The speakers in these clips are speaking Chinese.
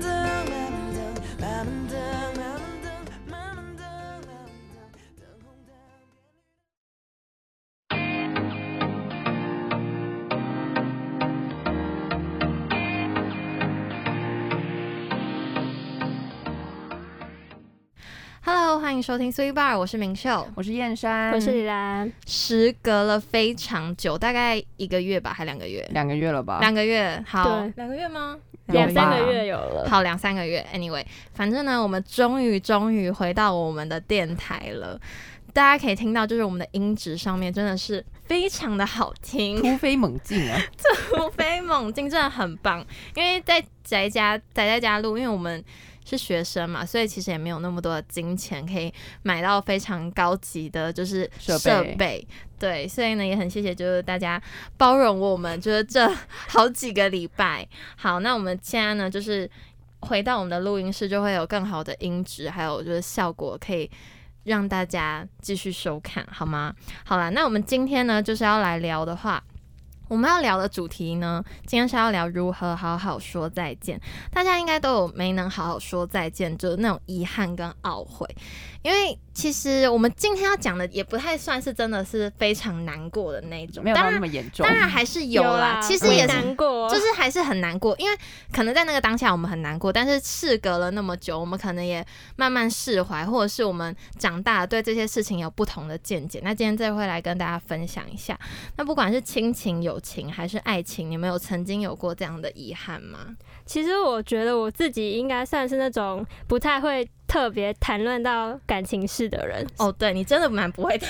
等，慢慢等，慢慢等，慢慢等，慢慢等，慢慢等，等红灯。 Hello，欢迎收听 Three Bar，我是明秀。我是燕嗯山，我是李兰，时隔了非常久，大概一个月吧，还两个月，两个月了吧？两个月，好对，两个月吗？两三有吧个月有了。好，两三个月。Anyway，反正呢，我们终于终于回到我们的电台了。大家可以听到，就是我们的音质上面真的是非常的好听，突飞猛进啊！突 飞猛进，真的很棒。因为在宅家宅在家录，因为我们是学生嘛，所以其实也没有那么多的金钱可以买到非常高级的，就是设备备。对，所以呢，也很谢谢就是大家包容我们，就是这好几个礼拜。好，那我们现在呢，就是回到我们的录音室，就会有更好的音质，还有就是效果可以。让大家继续收看好吗？好啦，那我们今天呢，就是要来聊的话，我们要聊的主题呢，今天是要聊如何好好说再见。大家应该都有没能好好说再见，就是那种遗憾跟懊悔。因为其实我们今天要讲的也不太算是真的是非常难过的那种，没有当到那然么严重当，然还是有啦，啦，其实会也是难过，就是还是很难过，因为可能在那个当下我们很难过，但是事隔了那么久，我们可能也慢慢释怀，或者是我们长大了对这些事情有不同的见解。那今天这会来跟大家分享一下。那不管是亲情、友情还是爱情，你们有曾经有过这样的遗憾吗？其实我觉得我自己应该算是那种不太会特别谈论到感情事的人，哦，对你真的蛮不会的，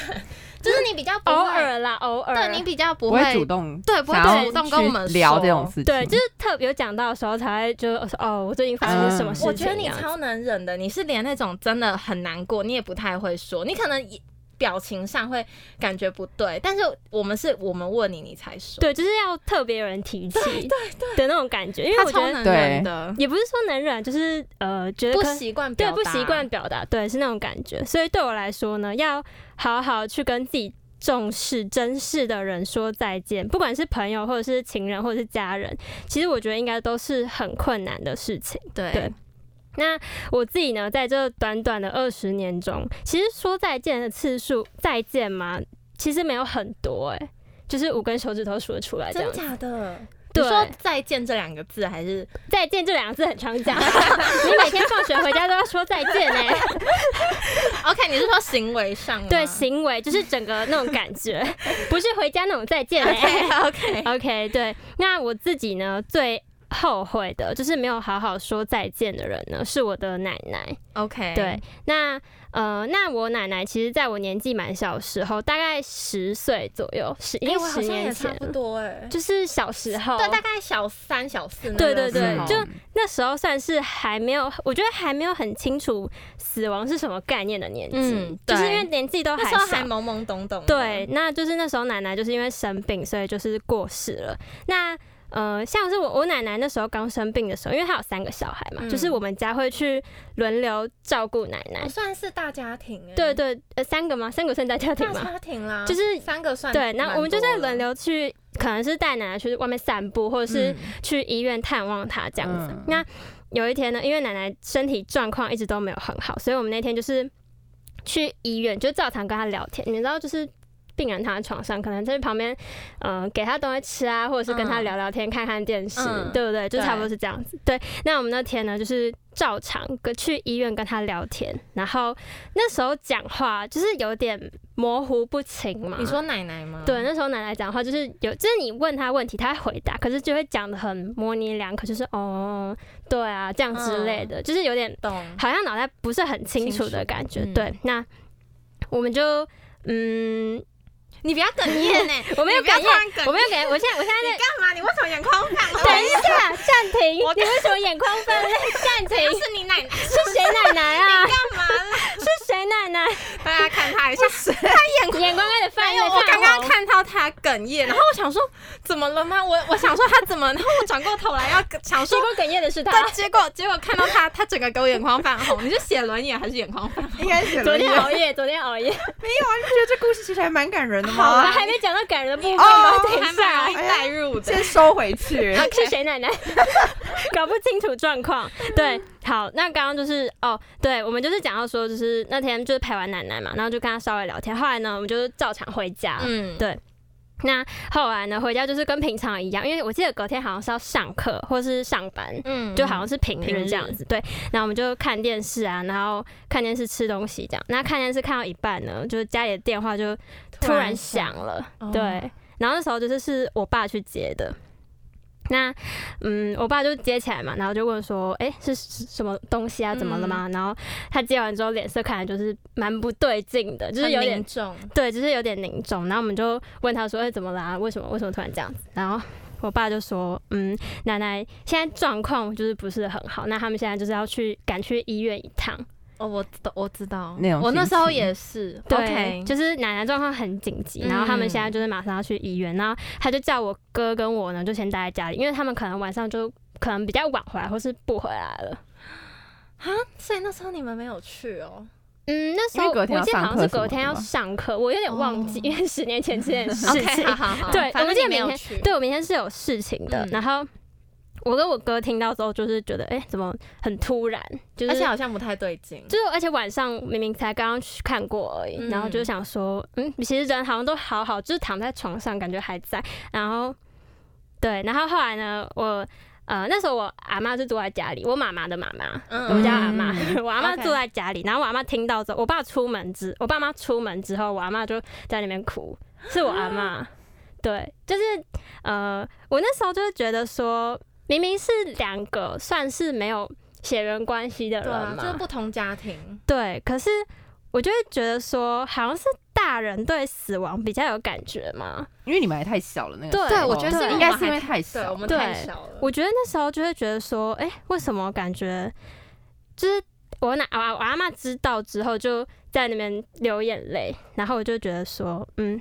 就是你比较不偶会，尔啦，偶尔。对你比较不不会主动对不想会要主动跟我们去聊说这种事情，对，就是特别有讲到的时候才会就说哦，我最近发生了什么事情、啊我觉得你这样子超能忍的，你是连那种真的很难过，你也不太会说，你可能也表情上会感觉不对，但是我们是我们问你，你才说。对，就是要特别有人 提起的那种感觉，因为他我觉超得能忍的，也不是说能忍，就是呃，觉得不可习惯表对达，不习惯表达，对是那种感觉。所以对我来说呢，要好好去跟自己重视、珍视的人说再见，不管是朋友或者是情人或者是家人，其实我觉得应该都是很困难的事情。对对那我自己呢，在这短短的二十年中，其实说再见的次数，再见嘛，其实没有很多哎、就是五根手指头数得出来这真样子。假的？你对说“再见”这两个字，还是再见这两个字很常讲， 你每天放学回家都要说再见哎、 OK？你是说行为上吗？对，行为就是整个那种感 觉，不是回家那种再见、欸。 OK OK， OK，对，那我自己呢最后悔的就是没有好好说再见的人呢，是我的奶奶。 OK，哎对，那呃，那我奶奶其实在我年纪蛮小的时候，大概十岁左右，十已哎，经我十好像也年差前不了，多哎，就是小时候，对，大概小三、小四那个对对时对候，就那时候算是还没有，我觉得还没有很清楚死亡是什么概念的年纪，嗯就是对因为年纪都那还时候小，还懵懵懂懂的。对，那就是那时候奶奶就是因为生病，所以就是过世了。那呃，像是我我奶奶那时候刚生病的时候，因为她有三个小孩嘛，嗯就是我们家会去轮流照顾奶奶哦，。算是大家庭哎，对对，呃，三个吗？三个算大家庭大吗？家庭啦，就是啊三个算对，那我们就在是轮流去，可能是带奶奶去外面散步，或嗯者是去医院探望她这样子。嗯那有一天呢，因为奶奶身体状况一直都没有很好，所以我们那天就是去医院，就照常跟她聊天。你知道，就是病人躺在床上，可能在旁边，呃，给她东西吃啊，或者是跟她嗯聊聊天、看看电视，嗯对不对？就对差不多是这样子。对，那我们那天呢，就是照常跟去医院跟她聊天，然后那时候讲话就是有点模糊不清嘛。你说奶奶吗？对，那时候奶奶讲话就是有，就是你问她问题，她会回答，可是就会讲的很模棱两可，就是哦，对啊，这样之类的，就是有点懂。好像脑袋不是很清楚的感觉。嗯清楚嗯对，那我们就嗯，你不要哽咽 呢，我没有你不要哽突咽欸然哽咽，我没有给，我现在我现在在干嘛？你为什么眼眶泛红？等一下暂停，你我为什么眼眶泛泪？暂停，是你奶奶是谁奶奶啊？ 干嘛啦？是谁奶奶，大家看他一下，眼光开始泛没泪有，我刚泛刚红看到他哽咽，然后我想说怎么了吗？我我想说他怎么，然后我转过头来要想说 结。果哽咽的是他。但结果结果看到他，他整个给我眼眶泛红。你是写轮眼还是眼眶泛红？应该写昨轮眼。天没有啊，熬夜，昨天熬夜，啊你不觉得这故事其实还蛮感人的我吗们？还没讲到感人的部分吗？哦 等一啊还蛮容下易，带入的。先收回 去。是谁奶 奶？搞不清楚状况。对，好，那刚刚就是哦，对，我们就是讲到说，就是那天就是陪完奶奶嘛，然后就跟她稍微聊天。后来呢，我们就是照常回家。嗯，对那后来呢，回家就是跟平常一样，因为我记得隔天好像是要上课或是上班，嗯就好像是平平日日这样子。对，然后我们就看电视啊，然后看电视吃东西这样。那看电视看到一半呢，就是家里的电话就突然响了，哦对。然后那时候就是是我爸去接的。那，嗯，我爸就接起来嘛，然后就问说：“哎、是是什么东西啊？怎么嗯了吗？”然后他接完之后，脸色看来就是蛮不对劲的，就是有点很凝重，对，就是有点凝重。然后我们就问他说：“哎、怎么啦、为什么？为什么突然这样子？”然后我爸就说：“嗯，奶奶现在状况就是不是很好，那他们现在就是要去赶去医院一趟。哦，我懂我知道那种，我那心时候情也是，对 OK，就是奶奶状况很紧急，然后他们嗯现在就是马上要去医院。然后他就叫我哥跟我呢，就先待在家里，因为他们可能晚上就可能比较晚回来，或是不回来了。”啊，所以那时候你们没有去 哦，嗯，那时因候为我隔天要记得好上像课是什隔么天的要吧上课，我有点忘记，哦因为十年前这件事 OK，情。好好好，对反我正记得你没有明去，对我明天是有事情的。嗯然后我跟我哥听到之后，就是觉得，哎、怎么很突然？就是而且好像不太对劲，就是，而且晚上明明才刚刚去看过而已，嗯然后就想说，嗯，其实人好像都好好，就是躺在床上，感觉还在。然后，对，然后后来呢，我。呃，那时候我阿妈是住在家里，我妈妈的妈妈，嗯我们家阿妈， 我阿妈 OK 住在家里，然后我阿妈听到之后，我爸出门之，我爸妈出门之后，我阿妈就在那边哭，是我阿妈，啊对，就是呃，我那时候就是觉得说，明明是两个算是没有血缘关系的对啊人，嘛，就是不同家庭，对，可是我就会觉得说，好像是大人对死亡比较有感觉嘛，因为你们还太小了，那个对时候对我觉得是因为应我该们是因为还太对小我，们对太小了，我觉得那时候就会觉得说，哎、为什么感觉就是我奶我我阿妈知道之后就在那边流眼泪，然后我就觉得说，嗯，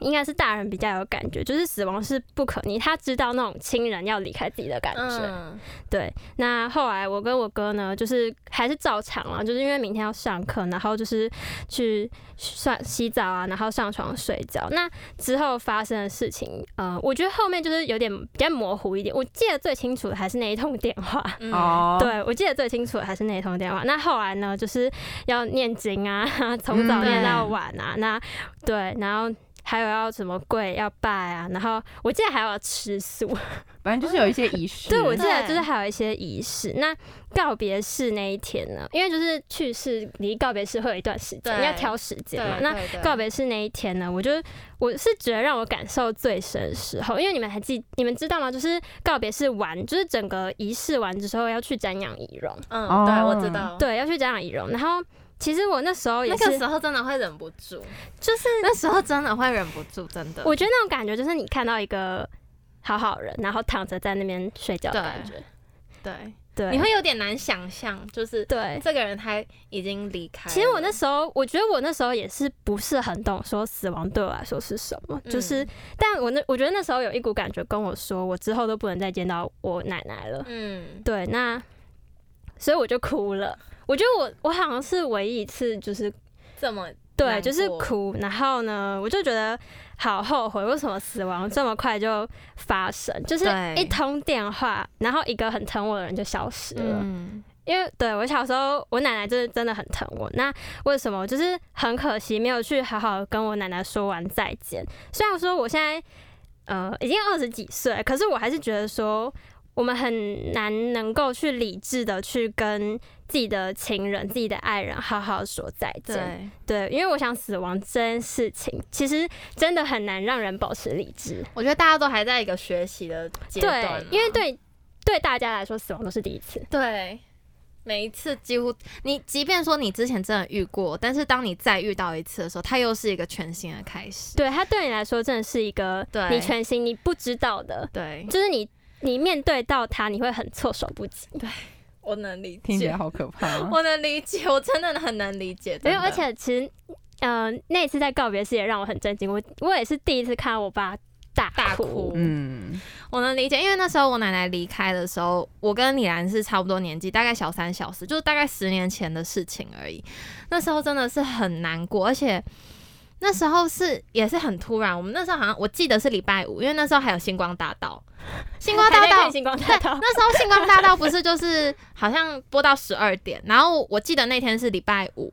应该是大人比较有感觉，就是死亡是不可逆，他知道那种亲人要离开自己的感觉。嗯，对，那后来我跟我哥呢，就是还是照常啊，就是因为明天要上课，然后就是去算洗澡啊，然后上床睡觉。那之后发生的事情，呃，我觉得后面就是有点比较模糊一点。我记得最清楚的还是那一通电话，嗯，哦，对我记得最清楚的还是那一通电话。那后来呢，就是要念经啊， 从早念到晚啊，那对，然后。还有要什么跪要拜啊，然后我记得还有要吃素，反正就是有一些仪式。对，我记得 对就是还有一些仪式。那告别式那一天呢，因为就是去世离告别式会有一段时间，对要挑时对间嘛。那告别式那一天呢，我就我是觉得让我感受最深的时候，因为你们还记你们知道吗？就是告别式完，就是整个仪式完之后要去瞻仰仪容，嗯，哦对我知道，，对，要去瞻仰仪容。然后其实我那时候也那是，个时候真的会忍不住，就是那时候真的会忍不住，真的，我觉得那种感觉就是你看到一个好好人，然后躺着在那边睡觉的对感觉，对，对，你会有点难想象，就是对。这个人他已经离开了。其实我那时候，我觉得我那时候也是不是很懂，说死亡对我来说是什么，嗯就是，但我那我觉得那时候有一股感觉跟我说，我之后都不能再见到我奶奶了。嗯，对，那所以我就哭了。我觉得我我好像是唯一一次就是这么对，难就是过哭。然后呢，我就觉得好后悔，为什么死亡这么快就发生？就是对一通电话，然后一个很疼我的人就消失了。嗯，因为对我小时候，我奶奶真的真的很疼我。那为什么就是很可惜没有去好好跟我奶奶说完再见？虽然说我现在呃已经二十几岁，可是我还是觉得说我们很难能够去理智的去跟自己的情人、自己的爱人好好说再见。对，对，因为我想死亡这件事情，其实真的很难让人保持理智。我觉得大家都还在一个学习的阶段啊对，，因为对对大家来说，死亡都是第一次。对。每一次几乎你，即便说你之前真的遇过，但是当你再遇到一次的时候，它又是一个全新的开始。对它对你来说真的是一个对你全新你不知道的，对，就是你你面对到它，你会很措手不及。我我能理听起解来，好可怕、啊我能理解，我真的很能理 解。没真的有，而且其实，呃，那一次在告别式也让我很震惊。我我也是第一次看到我爸大大哭哭嗯，我能理解，因为那时候我奶奶离开的时候，我跟李兰是差不多年纪，大概小三、小四，就是大概十年前的事情而已。那时候真的是很难过，而且那时候是也是很突然。我们那时候好像我记得是礼拜五，因为那时候还有星光大 道，星光大还在看道星光 大道，那时候星光大道不是就是好像播到十二点，然后我记得那天是礼拜五，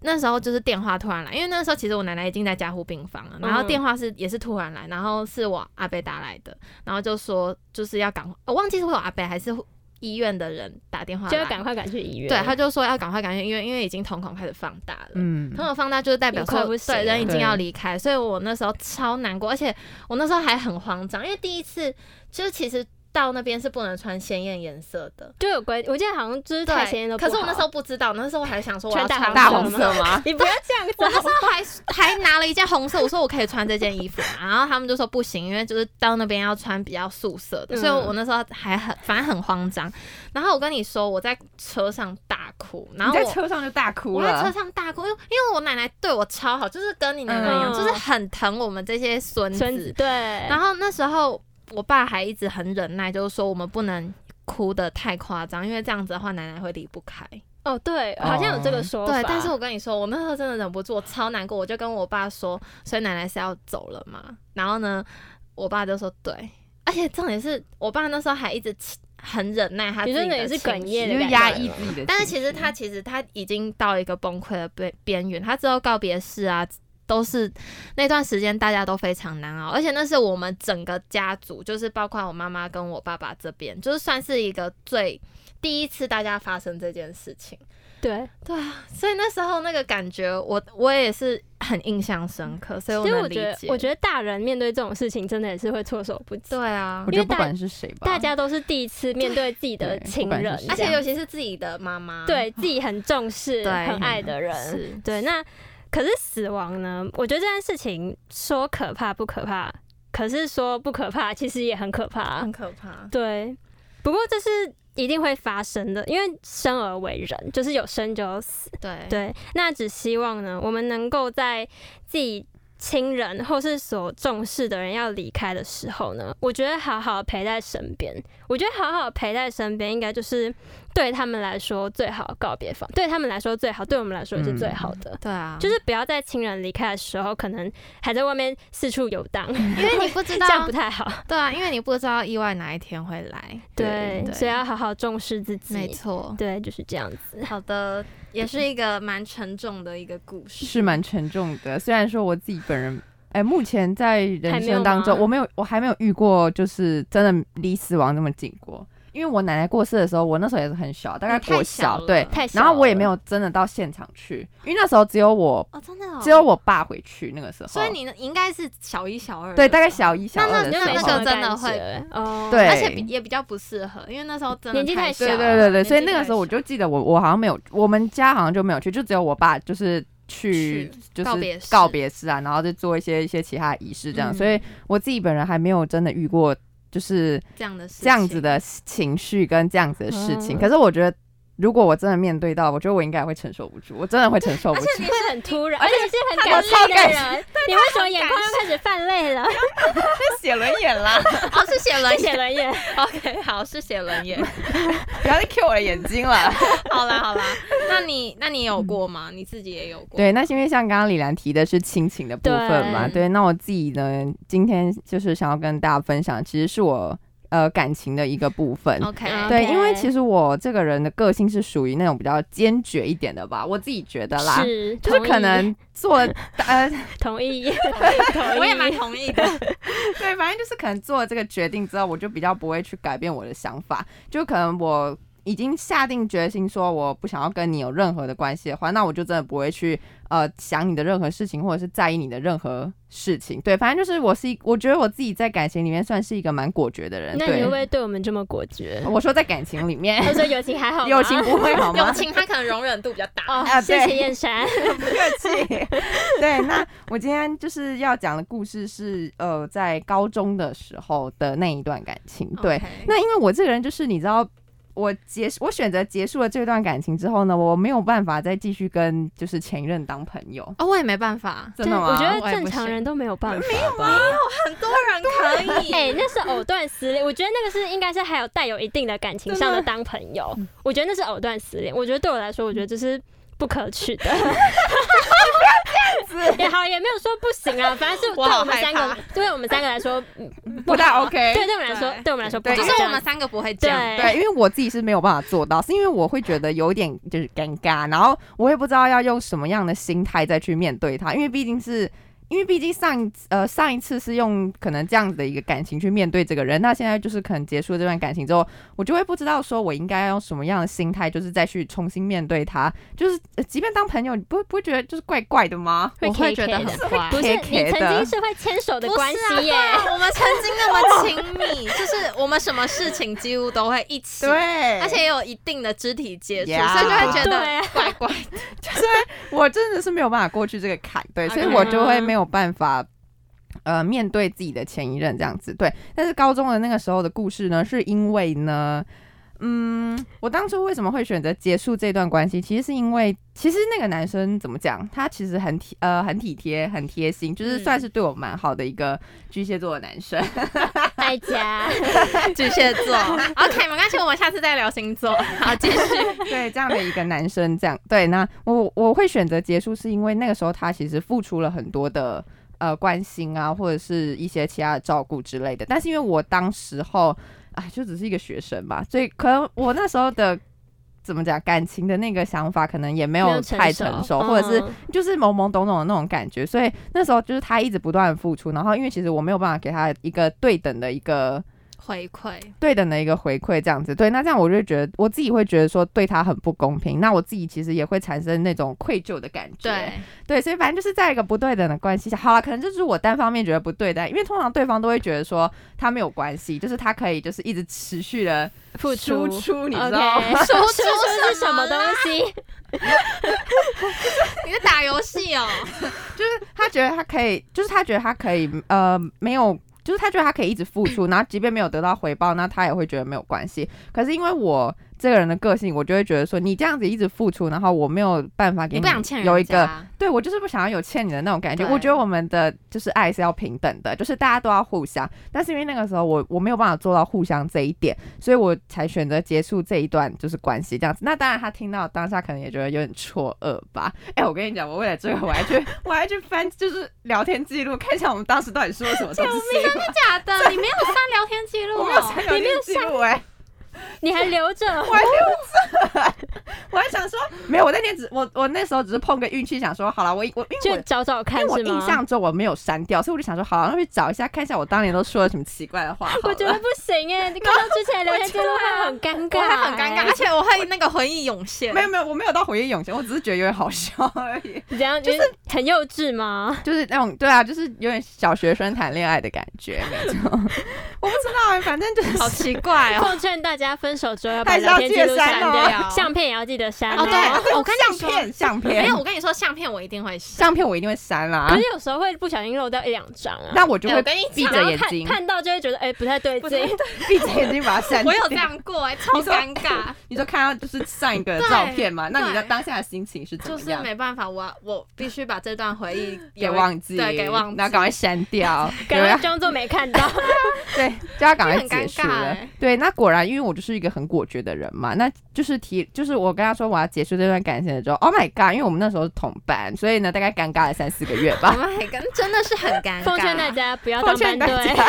那时候就是电话突然来，因为那时候其实我奶奶已经在加护病房了，然后嗯电话是也是突然来，然后是我阿伯打来的，然后就说就是要赶快，我忘记是我阿伯还是医院的人打电话来，就要赶快赶去医院。对，他就说要赶快赶去医院，因为已经瞳孔开始放大了，嗯朋友放大就是代表已快说，不行了对人已经对要离开，所以我那时候超难过，而且我那时候还很慌张，因为第一次就是其实到那边是不能穿鲜艳颜色的，就有关，我记得好像就是太鲜艳对。都可是我那时候候不知道，那时候我还想说我要穿大穿大红红色色吗？你不要这样子我好那不好，时候还还拿了一件红色，我说我可以穿这件衣服嘛，然后他们就说不行，因为就是到那边要穿比较素色的，嗯所以我那时候还很反正很慌张。然后我跟你说我在车上大哭，然你后在我车上就大哭我在车了，上大哭，因为因为我奶奶对我超好，就是跟你奶奶一样，嗯就是很疼我们这些孙子。孙子对，然然后那时候我爸还一直很忍耐，就是说我们不能哭得太夸张，因为这样子的话奶奶会离不开。哦对，好像有这个说法。对，但是我跟你说，我那时候真的忍不住，我超难过，我就跟我爸说，所以奶奶是要走了嘛。然后呢，我爸就说对，而且重点是我爸那时候还一直很忍耐他自你己的真情的绪，也是哽咽你的就感觉压抑自己的，但是其实他，其实他已经到一个崩溃的边边缘，他之后告别式啊，都是那段时间大家都非常难熬，而且那是我们整个家族，就是包括我妈妈跟我爸爸这边，就是算是一个最第一次大家发生这件事情。对，对啊，所以那时候那个感觉我，我也是很印象深刻，所以我其实我能理觉得解。，我觉得大人面对这种事情真的也是会措手不及。对啊我。觉得不管是谁吧，大家都是第一次面对自己的对情不管是人谁，而且这样尤其是自己的妈妈，对自己很重视、嗯对很爱的人，是对。那可是死亡呢？我觉得这件事情说可怕不可怕，可是说不可怕，其实也很可怕。啊很可怕。对，不过这是一定会发生的，因为生而为人，就是有生就有死。对对，那只希望呢，我们能够在自己亲人或是所重视的人要离开的时候呢，我觉得好好陪在身边。我觉得好好陪在身边，应该就是对他们来说最好的告别方，对他们来说最好，对我们来说也是最好的。对啊，就是不要在亲人离开的时候，可能还在外面四处游荡，因为你不知 这道，样不太好。对啊，因为你不知道意外哪一天会来。对，对所以要好好重视自己。没错。对，就是这样子。好的，也是一个蛮沉重的一个故事。是蛮沉重的。虽然说我自己本人，哎，目前在人生当还没有中，吗我没有，我还没有遇过，就是真的离死亡那么近过。因为我奶奶过世的时候，我那时候也是很小，大概你太国小小，了对，太小然后我也了没有真的到现场去，因为那时候只有我，哦，真的、哦，只有，我爸回去那个时候，所以你呢应该是小一、小二，对大概，小一、小二的那时候，没那什个么真的感会觉哦，对而且比也比较不适合，因为那时候真的年纪太小小对了，对对对，所以年纪那个太时候我小就记得我我好像没有，我们家好像就没有去，就只有我爸就是去去就告别是式告别式啊，然后就做一些一些其他的仪式这样，嗯所以我自己本人还没有真的遇过就是这样的事情 这样子，的情绪跟这样子的事情，嗯可是我觉得。如果我真的面对到，我觉得我应该会承受不住，我真的会承受不而住。且你是很突然，而而且且你是很感我超性感的人，你为什么眼眶又开始泛泪了？写轮眼啦，哦，是写轮 谢谢眼人 眼， ，OK，好，是写轮 眼，不要再 Q 我的眼睛了。好啦好啦，那你那你有过吗？你自己也有过？对，那是因为像刚刚李兰提的是亲情的部分嘛，对对，那我自己呢，今天就是想要跟大家分享，其实是我呃感情的一个部分。 ，OK，嗯对，因为 OK 其实我这个人的个性是属于那种比较坚决一点的吧，我自己觉得啦，是，就是同可意能 做呃，同意，我也蛮同 意的， 对，反正就是可能做了这个决定之后，我就比较不会去改变我的想法，就可能我已经下定决心说我不想要跟你有任何的关系的话，那我就真的不会去呃想你的任何事情，或者是在意你的任何事情。对，反正就是我是一，我觉得我自己在感情里面算是一个蛮果决的人。那你会不对，会对我们这么果决？我说在感情里面他，说友情还好吗，友情不会好 吗 友？情他可能容忍度比较大，哦 啊，谢对 谢燕山，对，那我今天就是要讲的故事是呃，在高中的时候的那一段感情。对 OK，那因为我这个人就是你知道，我结我选择结束了这段感情之后呢，我没有办法再继续跟就是前任当朋友，哦，我也没办法，真的吗？我觉我得也不正常行人都没有办法。很多人 可以 哎、那是藕断丝连，我觉得那个是应该是还有带有一定的感情上的当朋友，我觉得那是藕断丝连。我觉得对我来说，我觉得这是不可取的。 也好，也没有说不行啊，反正是对我好我们害三个，对我们三个来说嗯不太好 OK 对，对我们来说，对我们来说不对好，就因为是我们三个不会这样。对对，因为我自己是没有办法做到，是因为我会觉得有一点就是尴尬，然后我也不知道要用什么样的心态再去面对它，因为毕竟是。因为毕竟上一次呃上一次是用可能这样子的一个感情去面对这个人，那现在就是可能结束了这段感情之后，我就会不知道说我应该用什么样的心态，就是再去重新面对他。就是、呃即便当朋友，你不不会觉得就是怪怪的吗？我会觉得 KK 很的怪不是你 KK 曾的经是会牵手的关不系是耶。 啊我们曾经那么亲密， 就是我们什么事情几乎都会一起，对，而且也有一定的肢体接触 Yeah 所以就会觉对得啊怪怪的。 我真的是没有办法过去这个坎，对，所以 OK 我就会没有办法。呃，面对自己的前一任这样子，对。但是高中的那个时候的故事呢，是因为呢，嗯，我当初为什么会选择结束这段关系，其实是因为，其实那个男生怎么讲，他其实很体呃很体贴，很贴心，就是嗯算是对我蛮好的一个巨蟹座的男生。大家，巨蟹座 ，OK，没关系，我们下次再聊星座。好，继续。对这样的一个男生，这样 对。那我我会选择结束，是因为那个时候他其实付出了很多的呃关心啊，或者是一些其他的照顾之类的。但是因为我当时候哎，就只是一个学生吧，所以可能我那时候的。怎么讲？感情的那个想法可能也没没有太成熟，或者是嗯就是懵懵懂懂的那种感觉，所以那时候就是他一直不断的付出，然后因为其实我没有办法给他一个对等的一个回馈，对等的一个回馈，这样子。对，那这样我就觉得我自己会觉得说对他很不公平，那我自己其实也会产生那种愧疚的感觉。对，对，所以反正就是在一个不对等的关系下，好了，可能就是我单方面觉得不对待，因为通常对方都会觉得说他没有关系，就是他可以就是一直持续的付输出出，你知 OK，道 吗？输出出是什么东西？你在打游戏哦。就是他觉得他可以，就是他觉得他可以，呃，没有，就是他觉得他可以一直付 出，然后即便没有得到回报，那他也会觉得没有关系。可是因为我这个人的个性，我就会觉得说，你这样子一直付出，然后我没有办法给你不想欠人家嗯有一个，对我就是不想要有欠你的那种感觉。对我觉得我们的就是爱是要平等的，就是大家都要互相。但是因为那个时候我我没有办法做到互相这一点，所以我才选择结束这一段就是关系这样子。那当然他听到当下可能也觉得有点错愕吧。哎、我跟你讲，我为了这个我还去我还去翻就是聊天记录，看一下我们当时到底说了什么东西。假的，你没有删聊天记录我没有哦删。聊天记录哎、你还留着？我还留着， 我还想说没有，我那天只我我那时候只是碰个运气，想说好了，我我因为我就找找看因为我是印吗？象中我没有删掉，所以我就想说，好，啊那去找一下，看一下我当年都说了什么奇怪 的话。好我了觉得不行 哎，你看到之前的聊天记录会很尴我尬，还很尴尬，而。 且我会那个回忆涌现。没有没有，我没有到回忆涌现，我只是觉得有点好笑 而已，你这样就是很幼稚吗？就是那种对啊，就是有点小学生谈恋爱的感觉那种。 我不知道、欸，反正就是好奇怪哦。奉劝大家分手之后要把还是聊要天记记得录删删 哦掉，相片也要记得删哦对对啊我跟你说相片相片没有，我跟你说，相片我一定会删。相片我一定会删啦可，是有时候会不小心漏掉一两张啊，那我就哎会我跟你 闭讲着然后眼看睛，看到就会觉得哎、不太对不太劲，闭着眼睛把它删掉。我有这，样过哎、超你说 尴尬，你就看到就是上一个对照片嘛，那你的对当下的心情是怎就么是样？没办法，我我必须把这段回忆给有一忘记，对，给忘记，然后赶快删掉，赶对快啊装作没 看到。 对，就要赶这快很尴结束尬了。哎欸对，那果然，因为我就是一个很果决的人嘛，那就是提，就是我跟他说我要结束这段感情的时候，Oh my god！因为我们那时候是同班，所以呢，大概尴尬了三四个月 吧。 Oh my god，真的是很尴尬。奉劝大家不要奉当劝班大队 家，啊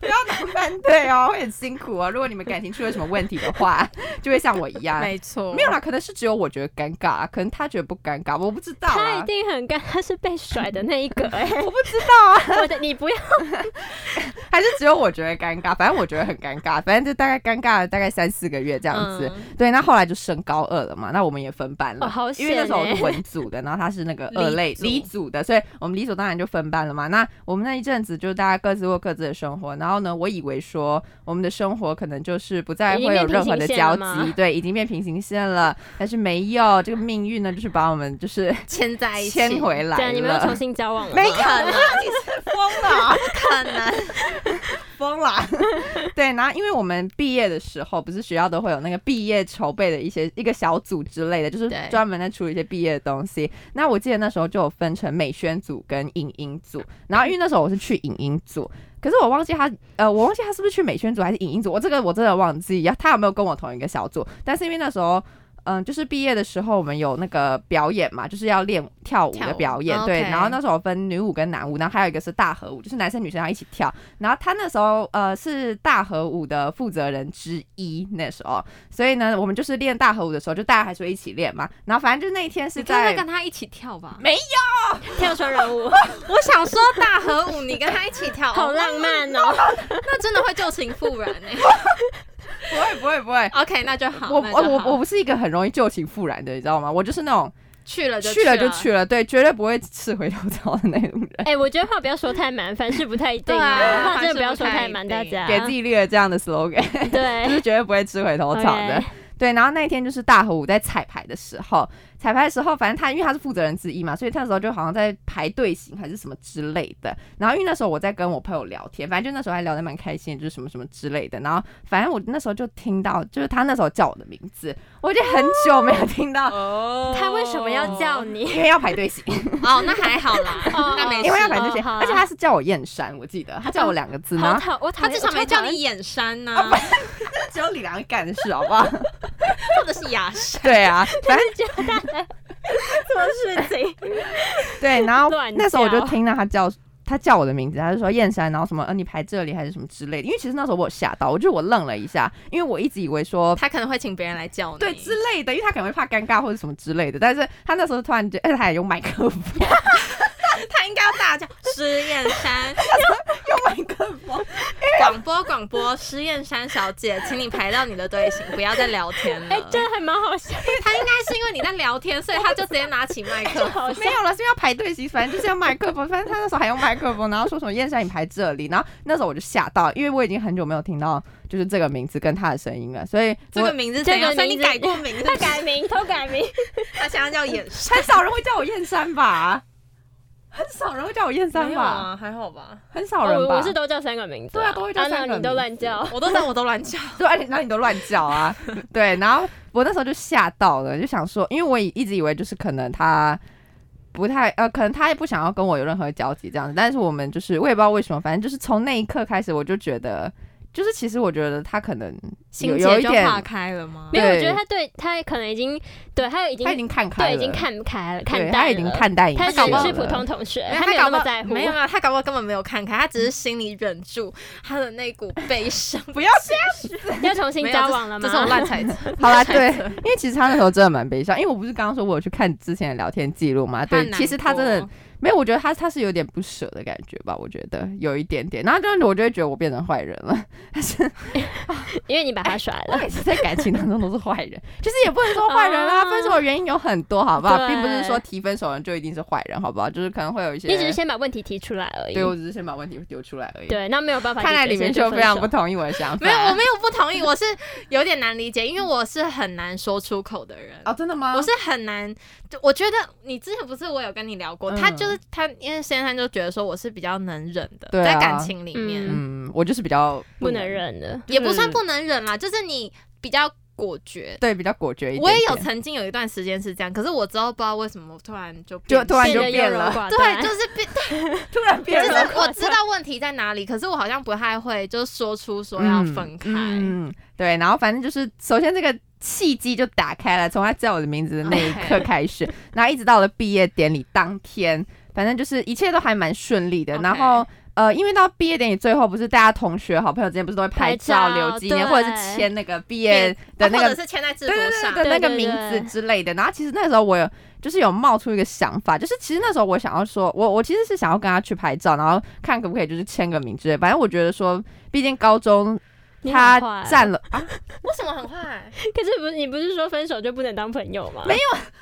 不要当班队哦，会很辛苦哦。如果你们感情出了什么问题的话，就会像我一 样。没错，没有啦，可能是只有我觉得尴尬啊，可能他觉得不尴尬，我不知道他一啊。定很尴尬，他是被甩的那一个哎、 我不知道啊， 我的你不要还是只有我觉得尴尬，反正我觉得很尴尬，反正就大概尴尬了大概三四个月这这样子。对，那后来就升高二了嘛，那我们也分班了，嗯哦好因为那时候我险欸 是文组的，然后他是那个理二类组理组的，所以我们理组当然就分班了嘛。那我们那一阵子就大家各自过各自的生活，然后呢，我以为说我们的生活可能就是不再已经会有变平任何行的线交了吗 集，对，已经变平行线了，但是没有，这个命运呢，就是把我们就是牵在一起，牵回这来样，你们又重了。新交往了吗。 没可能，你是疯了，可能 疯中啦。对，然后因为我们毕业的时候，不是学校都会有那个毕业筹备的一些一个小组之类的，就是对专门在处理一些毕业的东西。那我记得那时候就有分成美宣组跟影音组，然后因为那时候我是去影音组。可是我忘记他，呃，我忘记他是不是去美宣组还是影音组，我这个我真的忘记他有没有跟我同一个小组。但是因为那时候，嗯，就是毕业的时候我们有那个表演嘛，就是要练跳舞跳的舞哦表演，对。 OK 然后那时候分女舞跟男舞，然后还有一个是大合舞，就是男生女生要一起跳。然后他那时候呃是大合舞的负责人之一，那时候，所以呢，我们就是练大合舞的时候，就大家还说一起练嘛。然后反正就那一天是你该不在会跟他一起跳吧？没有跳成人舞。我想说大合舞，你跟他一起 跳，好那浪漫哦、那真的会旧情复燃 哎。不会不会 不会， OK，那就好。我啊那我就好我我不是一个很容易旧情复燃的，你知道吗？我就是那种去了就去了就去去了，对，绝对不会吃回头草的那种人， 哎、我觉得话不要说太满，凡事不太一定对啊哦，话真凡事的不不要说太太一满，大定家给自己立了这样的 slogan。就 对是绝对不会吃回头草的 OK。对，然后那一天就是大和舞在彩排的时候，彩排的时候，反正他因为他是负责人之一嘛，所以他那时候就好像在排队形还是什么之类的。然后因为那时候我在跟我朋友聊天，反正就那时候还聊得蛮开心的，就是什么什么之类的。然后反正我那时候就听到，就是他那时候叫我的名字，我已经很久没有听到，哦他为什么要叫你？因为要排队形，哦，那还好啦，哦那没 因为要事。排队形，哦好啊而且他是叫我燕山，我记得他叫我两个字，然好后讨，我讨他厌，至少我超没叫讨厌你眼山呐、哦只有李良干的事，好不好？或者是雅山。 对啊，反正做事情。对，然后乱那时候我就叫听到他叫他叫我的名字，他就说燕山，然后什么，呃，你排这里还是什么之类的。因为其实那时候我有吓到，我就我愣了一下，因为我一直以为说。他可能会请别人来叫你。对之类的，因为他可能会怕尴尬或者什么之类的，但是他那时候突然就，哎而且他还用麦克风，他应该要大 叫“石燕 山用麦克风，广播广播，石燕山小姐，请你排到你的队形，不要再聊天 了。”哎、真的还蛮好笑，他应该是因为你在聊天，所以他就直接拿起麦 克。好 笑没。有了，是因为要排队席，反正就是要麦克风，反正他那时候还用麦克风，然后说什么燕山你排这里，然后那时候我就吓到，因为我已经很久没有听到就是这个名字跟他的声音了，所以这我个名字怎样？这个所以名你字改过名字，他改名，偷改名，他想要叫眼山。很少人会叫我燕山吧，很少人会叫我燕山没有吧，啊，还好吧。很少人我吧？哦我是都叫三个名字啊、对啊都会叫啊那三个你都名乱字叫。我都在我都乱 叫， 对，而且然后你都乱叫啊，对，然后我那时候就吓到了，就想说，因为我以一直以为就是可能他不太呃，可能他也不想要跟我有任何交集这样子，但是我们就是我也不知道为什么，反正就是从那一刻开始，我就觉得，就是其实我觉得他可能有心有结一就点，化开了吗？没有，我觉对得他对他可能已经对他已经他已经看开了，对已经看开了，看对淡他已经了看淡一他切只了是普通同学，没有没有搞不那么好在乎。没有啊，他搞不好根本没有看开，他只是心里忍住他的那股悲 伤。不要这样。要重新没有交这往了吗？这是我乱猜测。好啦，对，因为其实他那时候真的蛮悲伤，因为我不是刚刚说我有去看之前的聊天记录嘛，他对很，难其实他真的过没有，我觉得他他是有点不舍的感觉吧，我觉得有一点点。然后就是我就会觉得我变成坏人了， 但是因为你把他甩我了。每次在感情当中都是坏人，其实也不能说坏人 啦、啊分手的原因有很多，好不好？对并不是说提分手的人就一定是坏人，好不好？就是可能会有一些，你只是先把问题提出来而已。对我只是先把问题丢出来而已。，对那没有办法解决。看来里面所以就就非常分不手同意我的想法。没有，我没有不同意，我是有点难理解，因为我是很难说出口的人。哦，真的吗？我是很难，就我觉得你之前不是我有跟你聊过，嗯他就是他，因为先生就觉得说我是比较能忍的，对啊在感情里面、嗯嗯，我就是比较嗯不能，忍的。也不算不能忍啦，就是你比较果决。对，比较果决一点我也有点曾经有一段时间是这样，可是我之后不知道为什么突然就就变突然就得优变柔了寡对，断就是 变突然变就了。是我知道问题在哪里，可是我好像不太会，就是说出说要分开。嗯，嗯对，然后反正就是，首先这个契机就打开了，从他叫我的名字的那一 刻 OK 开始，然后一直到了毕业典礼当天，反正就是一切都还蛮顺利的。然后 OK 呃，因为到毕业典礼最后，不是大家同学、好朋友之间不是都会拍拍照留纪念，或者是对签那个毕业的那哦或个者是签在制对服对上，对的那个对对名字对之类的。然后其实那时候我有就是有冒出一个想法，就是其实那时候我想要说，我我其实是想要跟他去拍照，然后看可不可以就是签个名之类。反正我觉得说，毕竟高中你很他坏占啊了啊，为什么很坏？可是不是你不是说分手就不能当朋友吗？没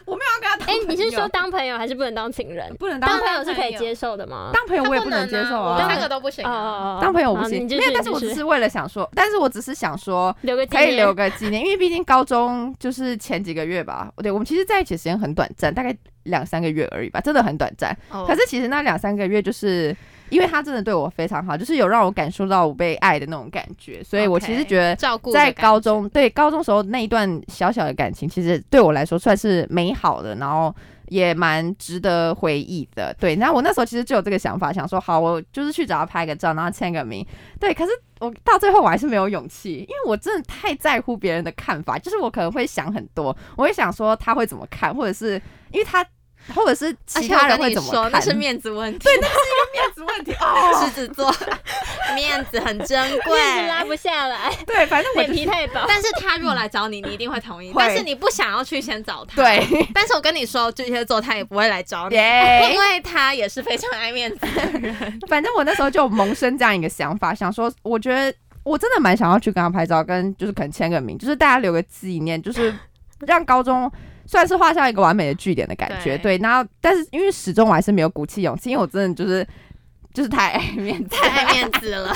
我没有要跟他当哎，你是朋友说当朋友还是不能当情人？不能当当朋朋友友是可以接受的吗？当朋友 他我也不能接受啊，我啊三，个都不行哦啊。哦哦当朋友我不好行，你继没续有，但是你我继只续是为了想说，但是我只是想说，留个纪可以念留个纪念，因为毕竟高中就是前几个月吧，对我们其实在一起的时间很短暂，大概两三个月而已吧，真的很短暂。哦可是其实那两三个月就是因为他真的对我非常好，就是有让我感受到我被爱的那种感觉，所以我其实 OK 觉得照顾的在感高觉中对高中时候那一段小小的感情，其实对我来说算是美好的，然后也蛮值得回忆的。对，那我那时候其实就有这个想法，想说好，我就是去找他拍个照，然后签个名。对，可是我到最后我还是没有勇气，因为我真的太在乎别人的看法，就是我可能会想很多，我会想说他会怎么看，或者是因为他。或者是而其且我他人跟会你怎么说，那看？是面子问题。对，那面子问题哦。狮子座 面子很珍贵。面子拉不下来，对，反正我就脸是皮太薄。但是他如果来找你，你一定会同意。会但是你不想要去先找他。。对， 但是我跟你说，巨蟹座他也不会来找你，耶因为他也是非常爱面子的人。反正我那时候就萌生这样一个想法，想说，我觉得我真的蛮想要去跟他拍照，跟就是可能签个名，就是大家留个纪念，就是 让高中算是画下一个完美的句点的感觉。对对，然后但是因为始终我还是没有鼓起勇气，因为我真的就是 就是太爱面子。太爱面子了，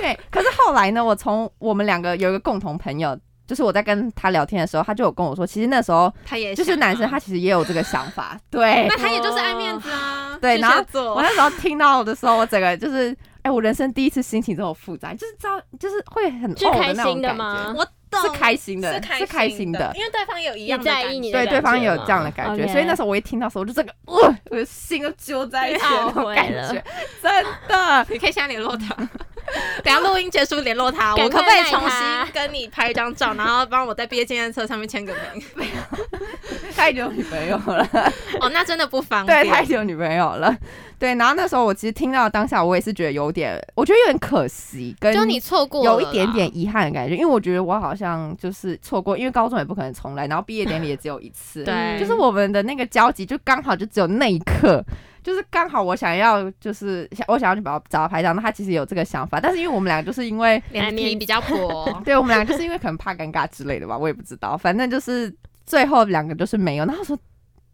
对，可是后来呢，我从我们两个有一个共同朋友。就是我在跟他聊天的时候，他就有跟我说，其实那时候他也就是想男生，啊他其实也有这个想法。对，那他也就是爱面子啊。对巨然后蟹座 我那时候听到的时候，我整个就是，哎、我人生第一次心情这么复杂，就是知道，就是会很是呕开那心种的感吗觉。我懂是开心的是开是开心的因为对方有一也样的在感意你觉的对，感对方觉也有吗这样的感觉 OK 所以那时候我一听到的时候，我就这个，呃，我的心都揪在一起的那种感懊悔觉，真的。 你可以先联络他，等下录音结束联络他，我赶可快不可以赖重他新跟你拍一张照，然后帮我在毕业纪念册上面签个名？他已经有女朋友了， 哦，那真的不方便。对，他已经有女朋友了，对。然后那时候我其实听到当下，我也是觉得有点，我觉得有点可惜，跟 就你错过了有啦一点点遗憾的感觉，因为我觉得我好像就是错过，因为高中也不可能重来，然后毕业典礼也只有一次，对，就是我们的那个交集就刚好就只有那一刻，就是刚好我想要就是想我想要去把找他拍照，那他其实有这个想法，但是因为我们俩就是因为。脸皮比较薄对我们俩就是因为可能怕尴尬之类的吧，我也不知道，反正就是最后两个就是没有，那时说。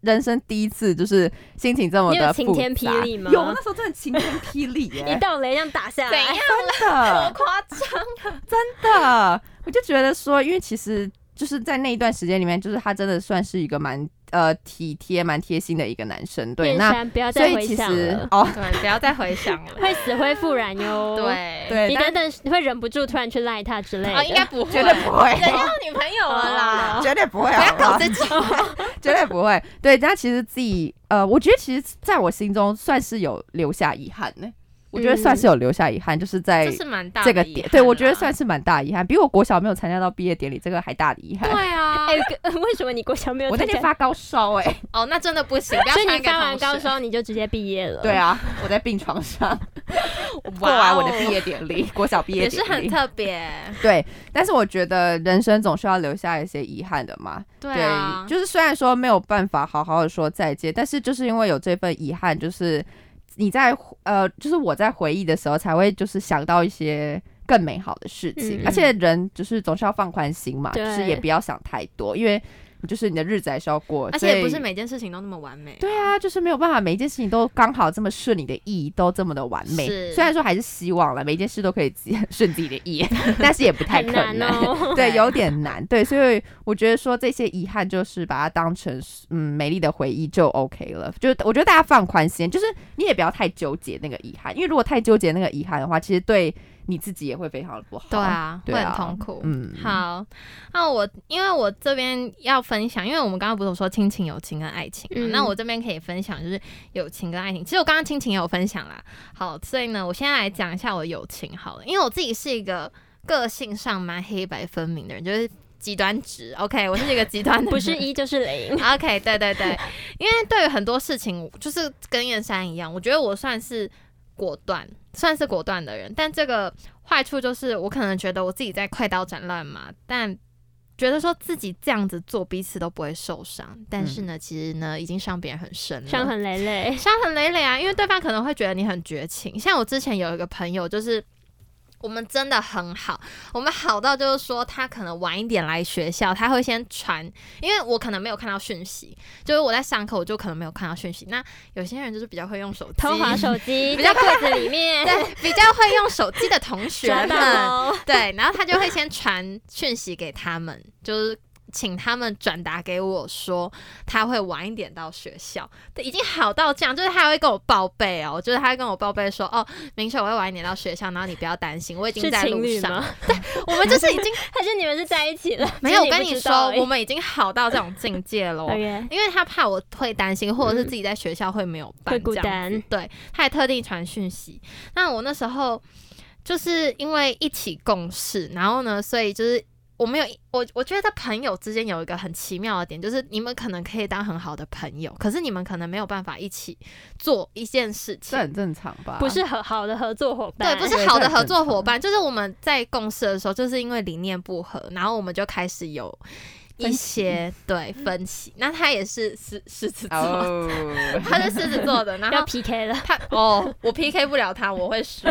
人生第一次就是心情这么你有的晴复天霹杂雳吗有，啊我那时候真的晴天霹 雳一耶，道雷这样打下 怎样来，？真的。夸张，的，我就觉得说，因为其实就是在那一段时间里面，就是他真的算是一个蛮呃体贴、蛮贴心的一个男生。对，燕那山不要所再以回其想实了，哦，对，不要再回想了。会死灰复燃 哟。，对，对，你但等等会忍不住突然去赖他之类的。啊，应该不会， 哦绝对不会人家有女朋友了啦，绝对不会，不好要不好搞哦自 己。绝对不会。对，但其实自己呃，我觉得其实在我心中算是有留下遗憾呢、我觉得算是有留下遗憾，就是在这嗯是蛮大的这个遗点，憾啊对我啦觉得算是蛮大的遗憾，比我国小没有参加到毕业典礼这个还大的遗憾。对啊。 哎，跟为什么你国小没有我那参加？天发高烧哎、哦，那真的不行，不要所以传你给发完同高事 烧你就直接毕业嗯了。对，啊，我在病 床上。过哇完哦我的毕业典礼，国小毕业也典是礼很特别。对。但是我觉得人生总是要留下一些遗憾的嘛。对啊，就是虽然说没有办法好好的说再见，但是就是因为有这份遗憾，就是你在呃，就是我在回忆的时候才会就是想到一些。更美好的事情，嗯而且人就是总是要放宽心嘛，对就是也不要想太多，因为就是你的日子还是要过，而且也不所是以每件事情都那么完美。对啊，就是没有办法，每一件事情都刚好这么顺你的意，都这么的完美。是虽然说还是希望了，每一件事都可以自己 顺自己的 意，但是也不太很可难能。哦。对，有点难。对，所以我觉得说这些遗憾，就是把它当成是嗯美丽的回忆就 OK 了。就是我觉得大家放宽心，就是你也不要太纠结那个遗憾，因为如果太纠结那个遗憾的话，其实对你自己也会非常的不好。对，啊，会对啊很痛苦。嗯，好，那我因为我这边要分享，因为我们刚刚不是有说亲情、友情跟爱情嘛、嗯那我这边可以分享就是友情跟爱情。其实我刚刚亲情也有分享啦，好，所以呢，我现在来讲一下我友情好了，因为我自己是一个个性上蛮黑白分明的人，就是极端值。OK，我是一个极端的人， 不是一就 是零。 OK，对对对，因为对于很多事情，就是跟燕山一样，我觉得我算是果断，算是果断的人。但这个坏处就是，我可能觉得我自己在快刀斩乱麻，但觉得说自己这样子做，彼此都不会受伤。但是呢，其实呢，已经伤别人很深了，伤痕累 累，伤痕累累啊，因为对方可能会觉得你很绝情。像我之前有一个朋友，就是我们真的很好，我们好到就是说他可能晚一点来学校，他会先传，因为我可能没有看到讯息，就是我在上课，我就可能没有看到讯息。那有些人就是比较会用手机，偷滑手机，比较在柜子里面， 对，比较会用手机的同学 抓们， 到喽。对，然后他就会先传讯息给他们，就是。请他们转达给我说他会晚一点到学校，已经好到这样，就是他还会跟我报备哦，就是他会跟我报备说哦，明确我会晚一点到学校，然后你不要担心，我已经是在情路侣上吗。？我们就是已经 还是你们是在一起了？ 没有，我只是跟你你不知道说而已，我们已经好到这种境界 了。 OK，因为他怕我会担心，或者嗯是自己在学校会没有班，会孤这样子单对，他还特地传讯息。那我那时候就是因为一起共事，然后呢，所以就是。我们有我，我觉得朋友之间有一个很奇妙的点，就是你们可能可以当很好的朋友，可是你们可能没有办法一起做一件事这情。很正常吧？不是很好的合作伙对，伴，不对是好这的很合作正伙常伴，就是我们在共事的时候，就是因为理念不合，然后我们就开始有一分歧些对嗯分歧。那他也是狮狮子座 哦，他是狮子座的，然要后 PK 了。他哦，我 PK 不了他，我会 输。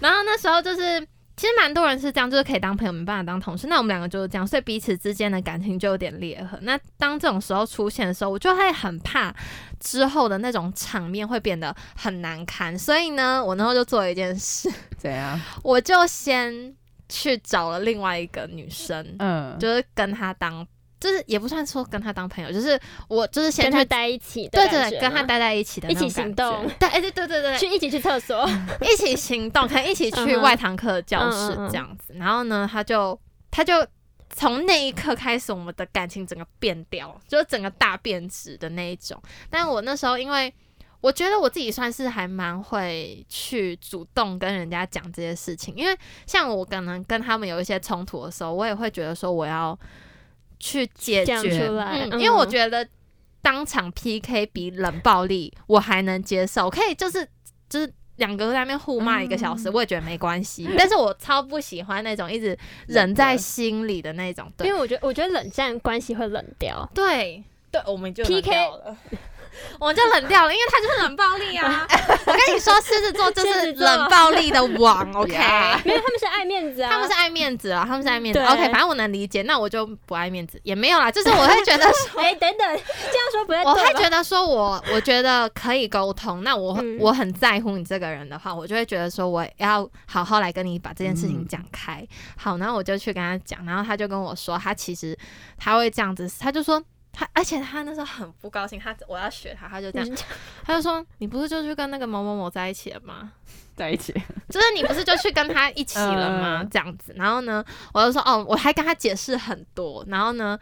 然后那时候就是。其实蛮多人是这样，就是可以当朋友，没办法当同事。那我们两个就是这样，所以彼此之间的感情就有点裂痕。那当这种时候出现的时候，我就会很怕之后的那种场面会变得很难堪。所以呢，我那时候就做了一件事，怎样？我就先去找了另外一个女生，嗯，就是跟她当，就是也不算说跟她当朋友，就是我就是先跟去他待一起的对感觉吗，对，对跟他待在一起的那种一起行感觉动， 对，哎对对对对，去一起去厕所，一起行动，可能一起去嗯哼外堂课的教嗯室嗯嗯这样子。然后呢，他就他就从那一刻开始，我们的感情整个变掉，就是整个大变质的那一种。但我那时候因为。我觉得我自己算是还蛮会去主动跟人家讲这些事情，因为像我可能跟他们有一些冲突的时候，我也会觉得说我要去解讲决，出来嗯，嗯因为我觉得当场 PK 比冷暴力我还能接受，可以就是就是两个在那边互骂一个小嗯时，我也觉得没关 系。但是我超不喜欢那种一直忍在心里的那种，因对为我觉得我觉得冷战关系会冷 掉。对对，我们就 PK 了。我们就冷掉了，因为他就是冷暴力 啊！我跟你说，狮子座就狮是子座冷暴力的 王，OK？呀没有，他们是爱面子啊，他们是爱面子啊，他们是爱面子。对 OK，反正我能理解，那我就不爱面子也没有啦，就是我会觉得 说，哎、等等，这样说不太我会对吧？觉得说我，我觉得可以沟通。那我、嗯我很在乎你这个人的话，我就会觉得说我要好好来跟你把这件事嗯情讲开。好，然后我就去跟他讲，然后他就跟我说，他其实他会这样子，他就说他，而且他那时候很不高兴，他我要学他，他就这样，你他就说你不是就去跟那个某某某在一起了吗？ 在一起， 就是你不是就去跟他一起了吗嗯？这样子，然后呢，我就说哦，我还跟他解释很多，然后呢，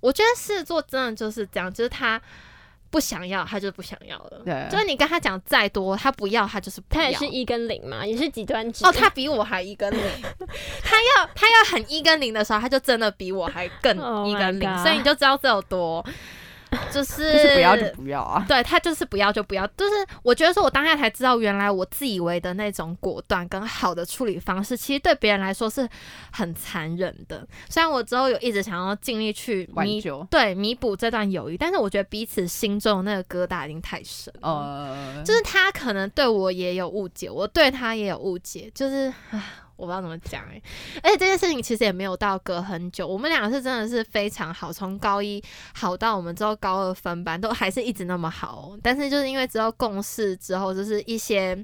我觉得狮子座真的就是这样，就是他不想要，他就是不想要了。对啊就是你跟他讲再多，他不要，他就是不要。他也是一跟零嘛，也是极端值哦，他比我还一跟零， 他要他要很一跟零的时候，他就真的比我还更 Oh 一 my 跟零 God 所以你就知道这有多，就是就是不要就不要啊。对他就是不要就不要，就是我觉得说我当下才知道，原来我自以为的那种果断跟好的处理方式，其实对别人来说是很残忍的。虽然我之后有一直想要尽力去挽弥救对弥补这段友谊，但是我觉得彼此心中的那个疙瘩已经太深了。呃，就是他可能对我也有误解，我对他也有误解，就是啊，我不知道怎么讲哎、而且这件事情其实也没有到隔很久，我们两个是真的是非常好，从高一好到我们之后高二分班都还是一直那么好哦、但是就是因为之后共事之后，就是一些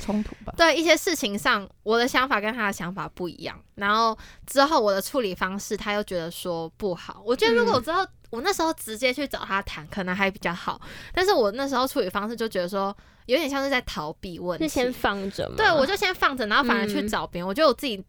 冲突吧。对一些事情上，我的想法跟他的想法不一样，然后之后我的处理方式，他又觉得说不好。我觉得如果我之后、我那时候直接去找他谈，可能还比较好，但是我那时候处理方式就觉得说有点像是在逃避问是题，先放着嘛。对我就先放着，然后反而去嗯找别人。我觉得我自己。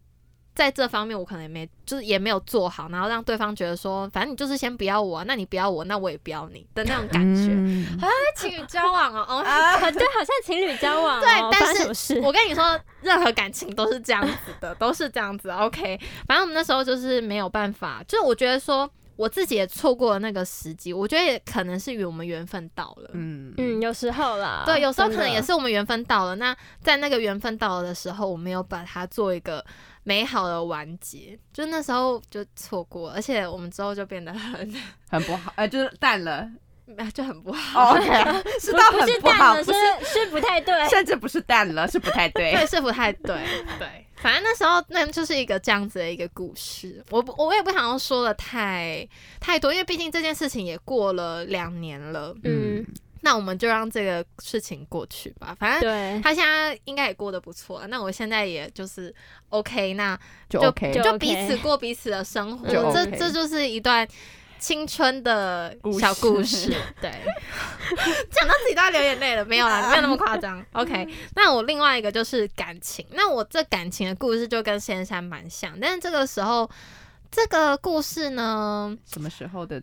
在这方面，我可能也没，就是也没有做好，然后让对方觉得说，反正你就是先不要我、啊，那你不要我，那我也不要你的那种感觉。嗯情侣交往哦， 哦，啊， 对，好像情侣交往、哦，对但是发生什么 事？我跟你说，任何感情都是这样子的，都是这样子。OK，反正我们那时候就是没有办法，就是我觉得说我自己也错过了那个时机，我觉得也可能是与我们缘分到了。嗯嗯，有时候啦，对，有时候可真能的也是我们缘分到了。那在那个缘分到了的时候，我没有把它做一个美好的完结，就那时候就错过，而且我们之后就变得很 很不好，呃，就是淡了。就很不好。 哦 OK，是不到不很是好，淡了，不是是，是不太对。甚至不是淡了，是不太对。对，是不太对，对，反正那时候那就是一个这样子的一个故事，我不我也不想要说的太太多，因为毕竟这件事情也过了两年了，嗯，那我们就让这个事情过去吧，反正。对，他现在应该也过得不错了，那我现在也就是 OK，那就就 OK，就就 OK 彼此过彼此的生活，就这 OK 这就是一段青春的故事小故事。 对，讲到自己都要流眼泪了，没有 啦，没有那么夸张。OK，那我另外一个就是感情，那我这感情的故事就跟仙山蛮像，但是这个时候这个故事呢，什么时候的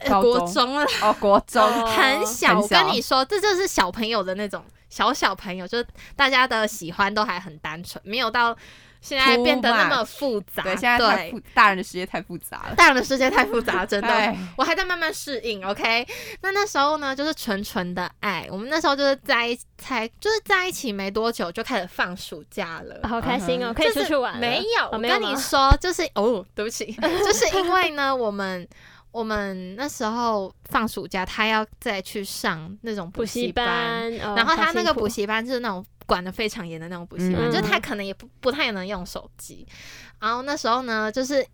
呃高国中中了。哦，国中哦很小，很我跟小你说，这就是小朋友的那种小小朋友，就是大家的喜欢都还很单纯，没有到现在 Too 变得那么复杂。对，现在太复，大人的世界太复杂了。大人的世界太复杂，真的哎，我还在慢慢适应。OK，那那时候呢，就是纯纯的爱，我们那时候就是在一才就是在一起没多久就开始放暑假了。好开心哦，可以嗯就是出去玩了。没有，哦我没有跟吗你说，就是哦，对不 起，就是因为呢，我们我们那时候放暑假，他要再去上那种补习习班，哦然后好他那辛个苦补习班就是那种管得非常严的那种补习班，嗯就是他可能也不不太能用手机。然后那时候呢，就是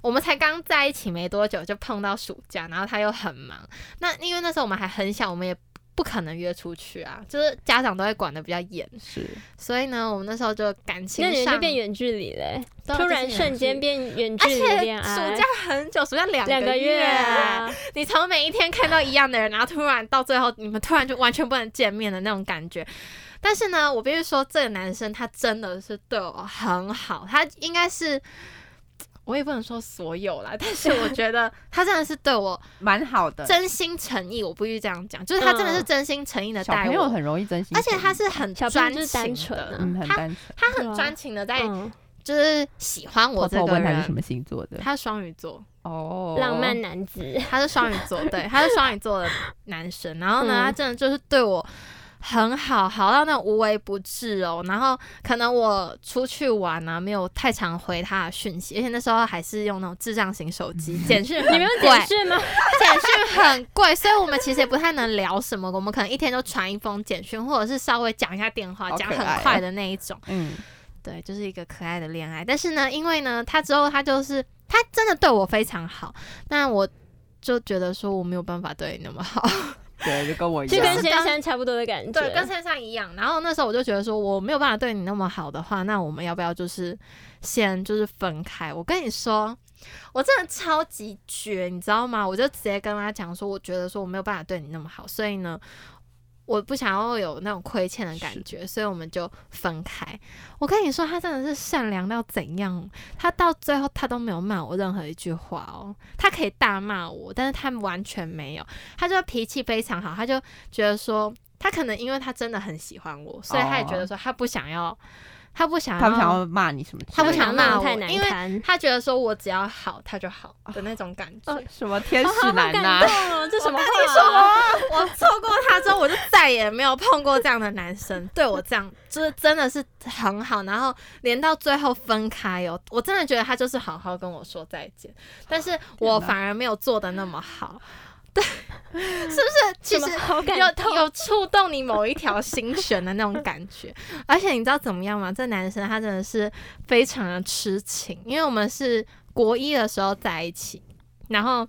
我们才刚在一起没多久，就碰到暑假，然后他又很忙。那因为那时候我们还很小，我们也不可能约出去啊，就是家长都会管得比较严，是，所以呢，我们那时候就感情那你们就上变远距离嘞，对啊突就是然远瞬距间离变远距而离且恋爱，暑假很久，暑假两两个月月啊，你从每一天看到一样的人，然后突然到最后，你们突然就完全不能见面的那种感觉。但是呢，我必须说，这个男生他真的是对我很好，他应该是，我也不能说所有啦，但是我觉得他真的是对我蛮好的。真心诚意，我必须这样讲，就是他真的是真心诚意的小待朋友我，很容易真心而诚意，且他是很小朋友专就是单情纯的，哎啊嗯很单纯。他很对啊专情的在嗯，就是喜欢我偷这偷个问他是什人，么星座的他是双鱼座。哦，浪漫男子，他是双鱼座，对，他是双鱼座的男生。然后呢，嗯他真的就是对我很好，好到那种无微不至哦。然后可能我出去玩啊，没有太常回他的讯息，而且那时候还是用那种智障型手机，简讯很 你们有贵解释吗？简讯很贵，所以我们其实也不太能聊什么。我们可能一天就传一封简讯，或者是稍微讲一下电话，好可讲爱很啊快的那一种。嗯，对，就是一个可爱的恋爱。但是呢，因为呢，他之后他就是他真的对我非常好，那我就觉得说我没有办法对你那么好，对，就跟我一就样跟。先生差不多的感觉， 对，跟珊珊一样。然后那时候我就觉得说我没有办法对你那么好的话，那我们要不要就是先就是分开？我跟你说。我真的超级绝，你知道吗？我就直接跟他讲说，我觉得说我没有办法对你那么好，所以呢，我不想要有那种亏欠的感觉，所以我们就分开。我跟你说，他真的是善良到怎样？他到最后他都没有骂我任何一句话哦，他可以大骂我，但是他完全没有，他就脾气非常好，他就觉得说，他可能因为他真的很喜欢我，所以他也觉得说他不想要，他不想要，哦他不想要骂你什么之啊类的，他不想想让骂人太我难因为堪。他觉得说我只要好他就好的那种感觉。什么哦天好使男感呐、动哦，这什么话 啊？我错过他之后，我就再也没有碰过这样的男生，对我这样就是真的是很好，然后连到最后分开哦，我真的觉得他就是好好跟我说再见，但是我反而没有做的那么好，对， 是不是？其什么实好感有动有触动你某一条心弦的那种感觉，而且你知道怎么样吗？这男生他真的是非常的痴情，因为我们是国一的时候在一起，然后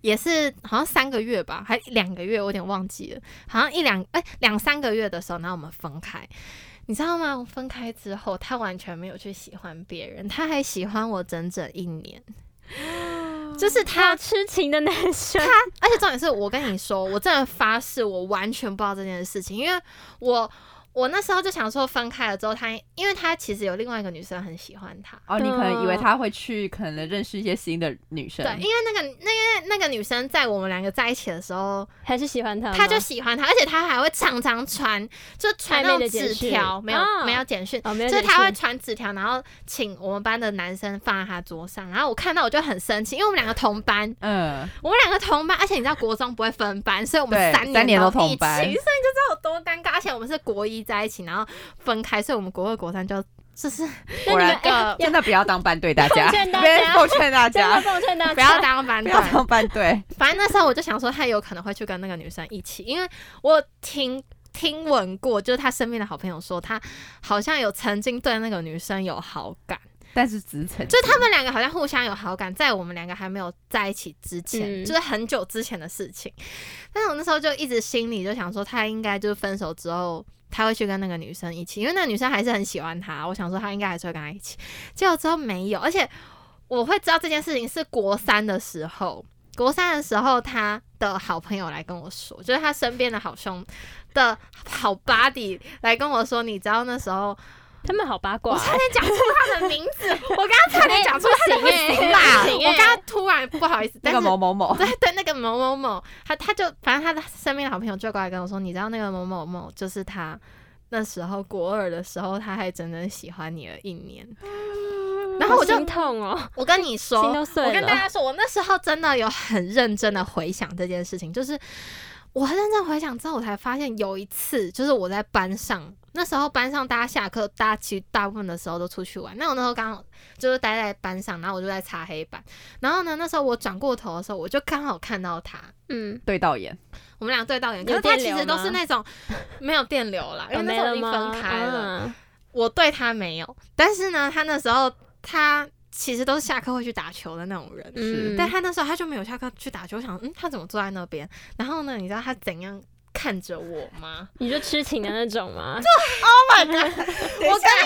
也是好像三个月吧，还两个月，我有点忘记了，好像一两哎两三个月的时候，然后我们分开。你知道吗？分开之后，他完全没有去喜欢别人，他还喜欢我整整一年， 就是他好痴情的男生，而且重点是我跟你说，我真的发誓，我完全不知道这件事情，因为我我那时候就想说分开了之后，他因为他其实有另外一个女生很喜欢他，哦，你可能以为他会去，可能认识一些新的女生。对，因为那个那个那个女生在我们两个在一起的时候，还是喜欢他吗？他就喜欢他，而且他还会常常传，就传那暧种昧的简纸讯条，没有、啊没有简讯，哦，没有就是解他会释传纸条，然后请我们班的男生放在他桌上，然后我看到我就很生气，因为我们两个同班，嗯，我们两个同班，而且你知道国中不会分班，所以我们对三三年都都同一起班所以你就知道有多尴尬。而且我们是国一在一起，然后分开，所以我们国二国三就就是 那你果们然哎个真的不要当班队，大 家，劝大不要家奉劝大真的家，奉劝大 家不要当班不队。要当 班队。反正那时候我就想说，他有可能会去跟那个女生一起，因为我有听听闻过，就是他身边的好朋友说，他好像有曾经对那个女生有好感。但是只曾就是他们两个好像互相有好感，在我们两个还没有在一起之前，嗯就是很久之前的事情。但是我那时候就一直心里就想说，他应该就是分手之后，他会去跟那个女生一起，因为那个女生还是很喜欢他。我想说他应该还是会跟他一起，结果之后没有，而且我会知道这件事情是国三的时候。国三的时候，他的好朋友来跟我说，就是他身边的好兄的好 buddy 来跟我说，你知道那时候他们好八我卦差点讲出他的名 字，我刚刚差点讲出他的名哎不字行啦哎，不行哎我刚刚突然不好意思，那但个是某某某， 对对，那个某某某，他他就反正他的身边的好朋友就过来跟我说，你知道那个某某某就是他那时候国二的时候，他还整整喜欢你了一年，然后我就嗯好心痛哦，我跟你说，心都碎了我跟大家说，我那时候真的有很认真的回想这件事情，就是我认真回想之后，我才发现有一次，就是我在班上，那时候班上大家下课，大家其实大部分的时候都出去玩，那我那时候刚好就是待在班上，然后我就在擦黑板，然后呢，那时候我转过头的时候，我就刚好看到他，嗯， 对到眼，我们俩对到眼，可有是他电其流实都吗是那种没有电流啦，因为那哦时候已经分开了。啊我对他没有，但是呢，他那时候他其实都是下课会去打球的那种人，嗯，但他那时候他就没有下课去打球，我想嗯，他怎么坐在那边？然后呢，你知道他怎样看着我吗？你就痴情的那种 吗？我跟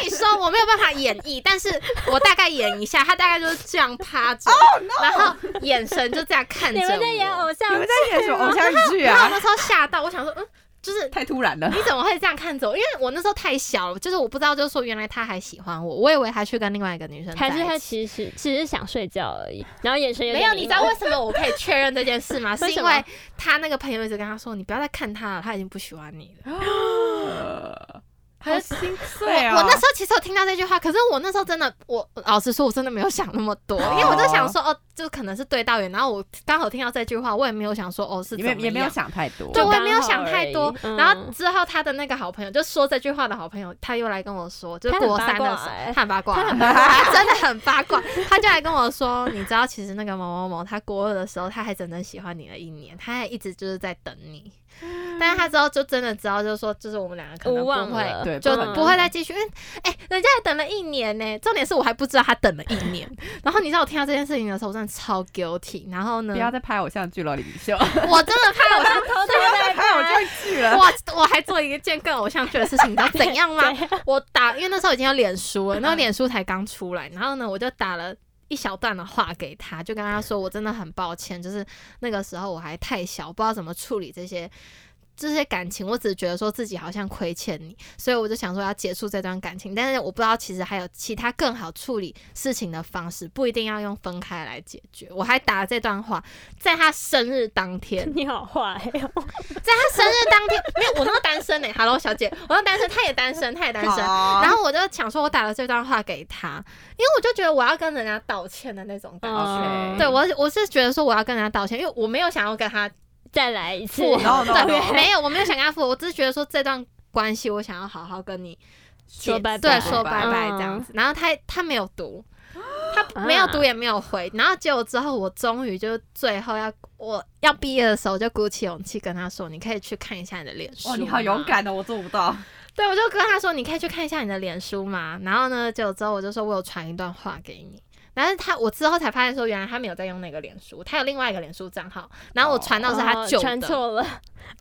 你说，我没有办法演绎，但是我大概演一下，他大概就是这样趴着然后眼神就这样看哦你着我。们在演哦偶像你们在演什么偶像 剧然后我啊？那时候吓到，我想说嗯，就是太 突然了，你怎么会这样看着我？因为我那时候太小了，就是我不知道，就是说原来他还喜欢我，我以为他去跟另外一个女生在一还起，是他其实只是想睡觉而已，然后眼神有没点哦有，你迷惘知道为什么我可以确认这件事 吗？是为什因么为他那个朋友一直跟他说，你不要再看他了，他已经不喜欢你了。好心碎哦我那时候其实有听到这句话，可是我那时候真的，我老实说，我真的没有想那么多，哦因为我就想说，哦，就可能是对到眼，然后我刚好听到这句话，我也没有想说，哦，是你怎么们也没有样。想太多，对，就我也刚没有好想而太多已。嗯然后之后，他的那个好朋友就说这句话的好朋友，他又来跟我说，就是他很国八三的卦时欸候，他很八卦， 他真的很八卦。他就来跟我说，你知道，其实那个某某某，他国二的时候，他还整整喜欢你了一年，他还一直就是在等你。嗯但是他之后就真的知道，就是说，就是我们两个可能无望不会，了，对就不能不会再继续。因为哎、人家也等了一年呢、重点是我还不知道他等了一年。然后你知道我听到这件事情的时候，我真的超 guilty。然后呢不，要再拍偶像剧了，李明 秀，我真的 怕我像偷偷在拍偶 像剧了，我我还做一件更偶像剧的事情，你知道怎样吗？对 我打，因为那时候已经有脸书了，那个脸书才刚出来，然后呢，我就打了。一小段的话给他，就跟他说：“我真的很抱歉，就是那个时候我还太小，不知道怎么处理这些这些感情。我只是觉得说自己好像亏欠你，所以我就想说要结束这段感情。但是我不知道其实还有其他更好处理事情的方式，不一定要用分开来解决。我还打了这段话，在他生日当天，你好坏哦， 在他生日当天，没有，我那时候单身呢、欸、，Hello 小姐，我那时候单身，他也单身，他也单 身。然啊然后我就想说，我打了这段话给他，因为我就觉得我要跟人家道歉的那种感觉。嗯对我，我是觉得说我要跟人家道歉，因为我没有想要跟他再来一次，复然后合，呢然后对，没有，我没有想跟他复合，我只是觉得说这段关系，我想要好好跟你说解拜拜，对，说拜拜这样嗯子。然后他他没有读，他啊没有读也没有回。然后结果之后，我终于就最后要我要毕业的时候，我就鼓起勇气跟他说：“你可以去看一下你的脸书。”哇，你好勇！敢哦，我做不 到，对，我就跟他说：“你可以去看一下你的脸书嘛。”然后呢，结果之后我就说我有传一段话给你。但是他，我之后才发现说，原来他没有在用那个脸书，他有另外一个脸书账号。然后我传到是他哦旧传的，错 了，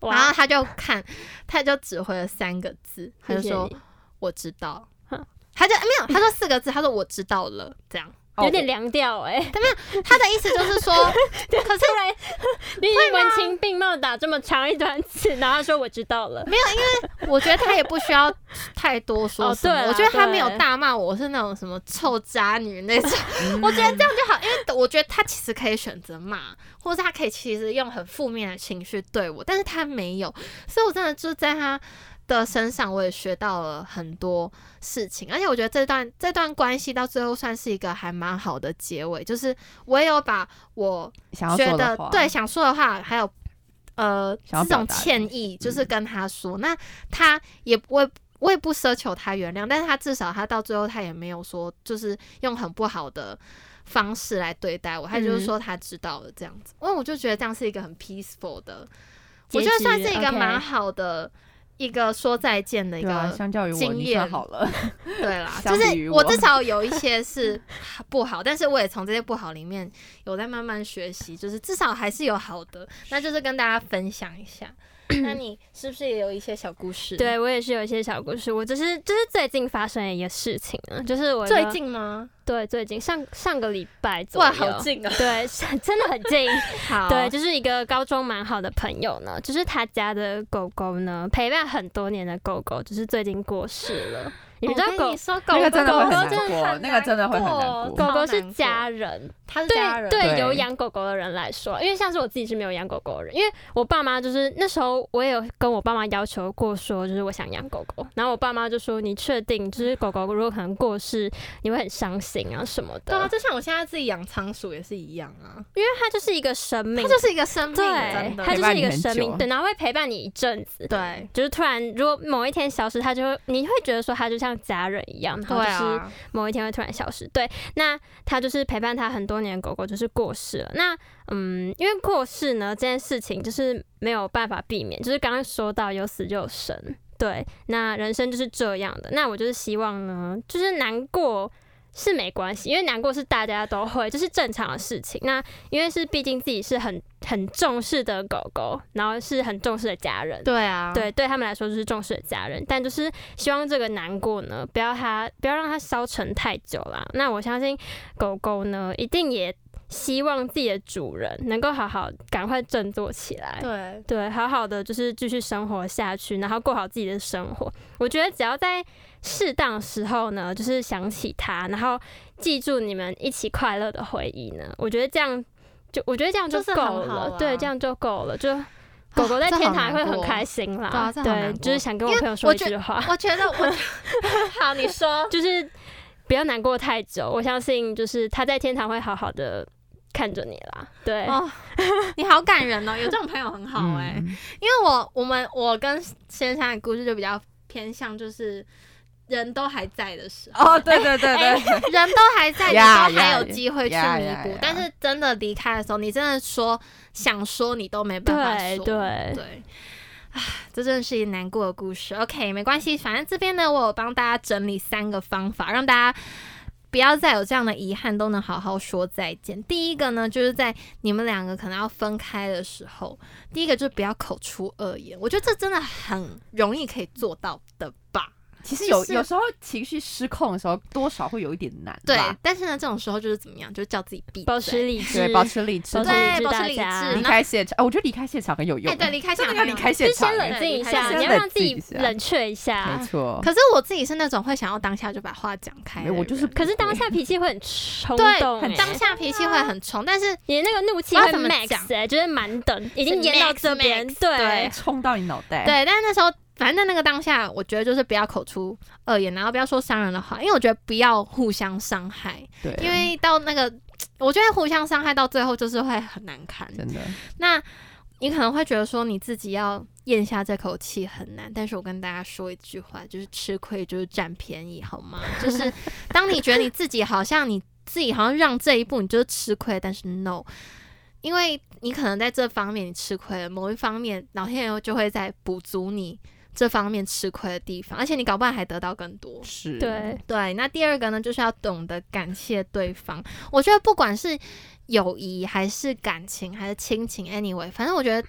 然后哇，他就看，他就只回了三个字，他就谢谢说哦你我知道哼，他就没有，他说四个字，他说我知道了，这样。有哦点凉掉哎， 他的意思就是 说，可是你已经文情并茂打这么长一段字，然后他说我知道了，我觉得他也不需要太多说哦什么，对啦我觉得他对没有大骂我，我是那种什么臭渣女那种， 我觉得这样就好，因为我觉得他其实可以选择骂，或者他可以其实用很负面的情绪对我，但是他没有，所以我真的就在他。的身上，我也学到了很多事情，而且我觉得这段这段关系到最后算是一个还蛮好的结尾，就是我也有把我想要觉说得的话，对，想说的话，还有呃想要这表种达的嗯歉意，就是跟他说，那他也不会。我也不奢求他原谅，但是他至少他到最后他也没有说，就是用很不好的方式来对待我，他嗯就是说他知道了这样子。因为我就觉得这样是一个很 peaceful 的，结我局觉得算是一个 OK 蛮好的一个说再见的一对啊，个，相较于我，经你验算好了。对 啦，相就比于是我我至少有一些是不好，但是我也从这些不好里面有在慢慢学习，就是至少还是有好的，那就是跟大家分享一下。 那你是不是也有一些小故事？，对我也是有一些小故事，我只是就是最近发生的一个事情啊，就是我的最近吗？对最近上上个礼拜左右，哇，好，近 啊！对，是真的很近，好对，就是一个高中蛮好的朋友呢，就是他家的狗狗呢，陪伴很多年的狗狗，就是最近过世了。你们知道哦我跟狗你说狗那个真的会狗狗很难真的过，很那个真的会很难难过。狗狗超是难过家人，他是家对人，对，对有养狗狗的人来说，因为像是我自己是没有养狗狗的人，因为我爸妈就是那时候我也有跟我爸妈要求过说，就是我想养狗狗，然后我爸妈就说你确定就是狗狗如果可能过世，你会很伤心啊什么的，对啊，就像我现在自己养仓鼠也是一样啊，因为它就是一个生命它，就是一个生命，啊对真，的它陪就是一伴个你很生命，久对，然后会陪伴你一阵子，对就是突然，如果某一天消失，它就会，你会觉得说它就像家人一样，然后对就是啊，某一天会突然消失。对，那它就是陪伴它很多年的狗狗，就是过世了。那嗯，因为过世呢这件事情就是没有办法避免，就是刚刚说到有死就有生，对，那人生就是这样的。那我就是希望呢，就是难过。是没关系，因为难过是大家都会，这、是正常的事情。那因为是毕竟自己是很很重视的狗狗，然后是很重视的家人，对啊，对，对他们来说就是重视的家人，但就是希望这个难过呢，不要它不要让它消沉太久啦。那我相信狗狗呢，一定也希望自己的主人能够好好赶快振作起来。对对，好好的就是继续生活下去，然后过好自己的生活。我觉得只要在适当时候呢，就是想起他，然后记住你们一起快乐的回忆呢，我觉得这样就我觉得这样就就是很够好了，啊对，这样就够了。就狗狗在这好天堂也会难很过开心啦，对啊这好难对，过就是想跟我因为朋友说我一觉句话，我觉得我 好，你说，就是不要难过太久。我相信就是他在天堂会好好的看着你啦，对，哦，你好感人哦，有这种朋友很好哎、嗯因为我我们我跟先生的故事就比较偏向就是人都还在的时候，哦，对对对哎对，人都还在， 你呀都还呀有机会去呀弥呀补呀，但是真的离开的时候，你真的说想说你都没办法对说，对，对，唉，这真的是一个难过的故事。OK，没关系，反正这边呢，我有帮大家整理三个方法，让大家。不要再有这样的遗憾，都能好好说再见。第一个呢，就是在你们两个可能要分开的时候，第一个就是不要口出恶言。我觉得这真的很容易可以做到的吧？其实有就是有时候情绪失控的时候，多少会有一点难吧。对。但是呢，这种时候就是怎么样，就是叫自己闭保持嘴。理智，对，保持理智保，持理智，对保持大理家智离那开现场。哎，我觉得离开现场很有用啊哎，。对，离开现场真哎的要离开就现是场先，冷对静一离开下，现你要场让自冷己静一下冷却一下没。错。可是我自己是那种会想要当下就把话讲开的没有人，我就是可是当下脾气会很冲对动、欸，当下脾气啊会很冲，但是你的那个怒气不知道会怎么 max 讲哎、就是满等，已经是淹到 max，这边， max，对对冲到你脑袋。，对，但是那时候反正在那个当下，我觉得就是不要口出恶言，然后不要说伤人的话，因为我觉得不要互相伤害，对因为到那个我觉得互相伤害到最后就是会很难堪。真的那你可能会觉得说你自己要咽下这口气很难，但是我跟大家说一句话，就是吃亏就是占便宜，好吗？就是当你觉得你自己好像你自己好像让这一步你就是吃亏，但是 no。因为你可能在这方面你吃亏了，某一方面老天爷就会在补足你这方面吃亏的地方，而且你搞不好还得到更多。是，对，对，那第二个呢，就是要懂得感谢对方。我觉得不管是友谊还是感情还是亲情，anyway，反正我觉得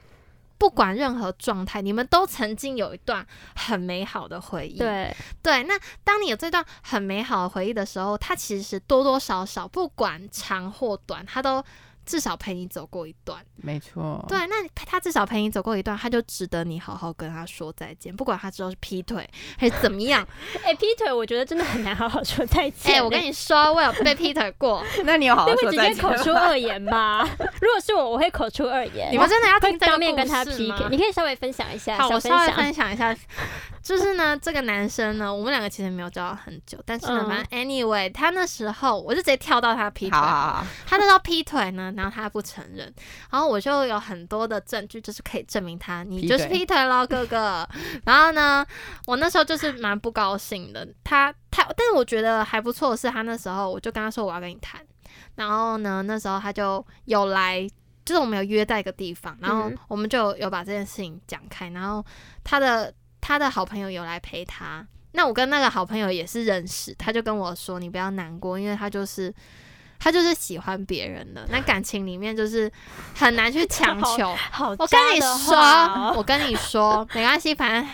不管任何状态，你们都曾经有一段很美好的回忆。对对，那当你有这段很美好的回忆的时候，它其实多多少少，不管长或短，它都至少陪你走过一段。没错。对，那他至少陪你走过一段，他就值得你好好跟他说再见，不管他之后是劈腿还是怎么样。哎、劈腿我觉得真的很难好好说再见、哎、我跟你。你说，我有被劈腿过。那你有好好那会说直再接见口出吗恶 言吧？如果是我，我会口出恶言。你们真的要会听这当个面跟他故事 PK，吗你可以稍微分享一下，好，小我分稍微享分。享一下， 就是呢，这个男生呢，我们两个其实没有交往很久，但是呢嗯，反正 anyway，他那时候我就直接跳到他劈腿好了，好好，他那时候劈腿呢，然后他不承认，然后我就有很多的证据，就是可以证明他你劈就是腿劈腿了，哥哥。 然后呢，我那时候就是蛮不高兴的，他他，但是我觉得还不错的是，他那时候我就跟他说我要跟你谈，然后呢，那时候他就有来。就是我们有约在一个地方，然后嗯我们就有把这件事情讲开，然后他的他的好朋友有来陪他。那我跟那个好朋友也是认识，他就跟我说：“你不要难过，因为他就是他就是喜欢别人的，那感情里面就是很难去强求。”好，我跟你说，哦 我跟你说，没关系，反正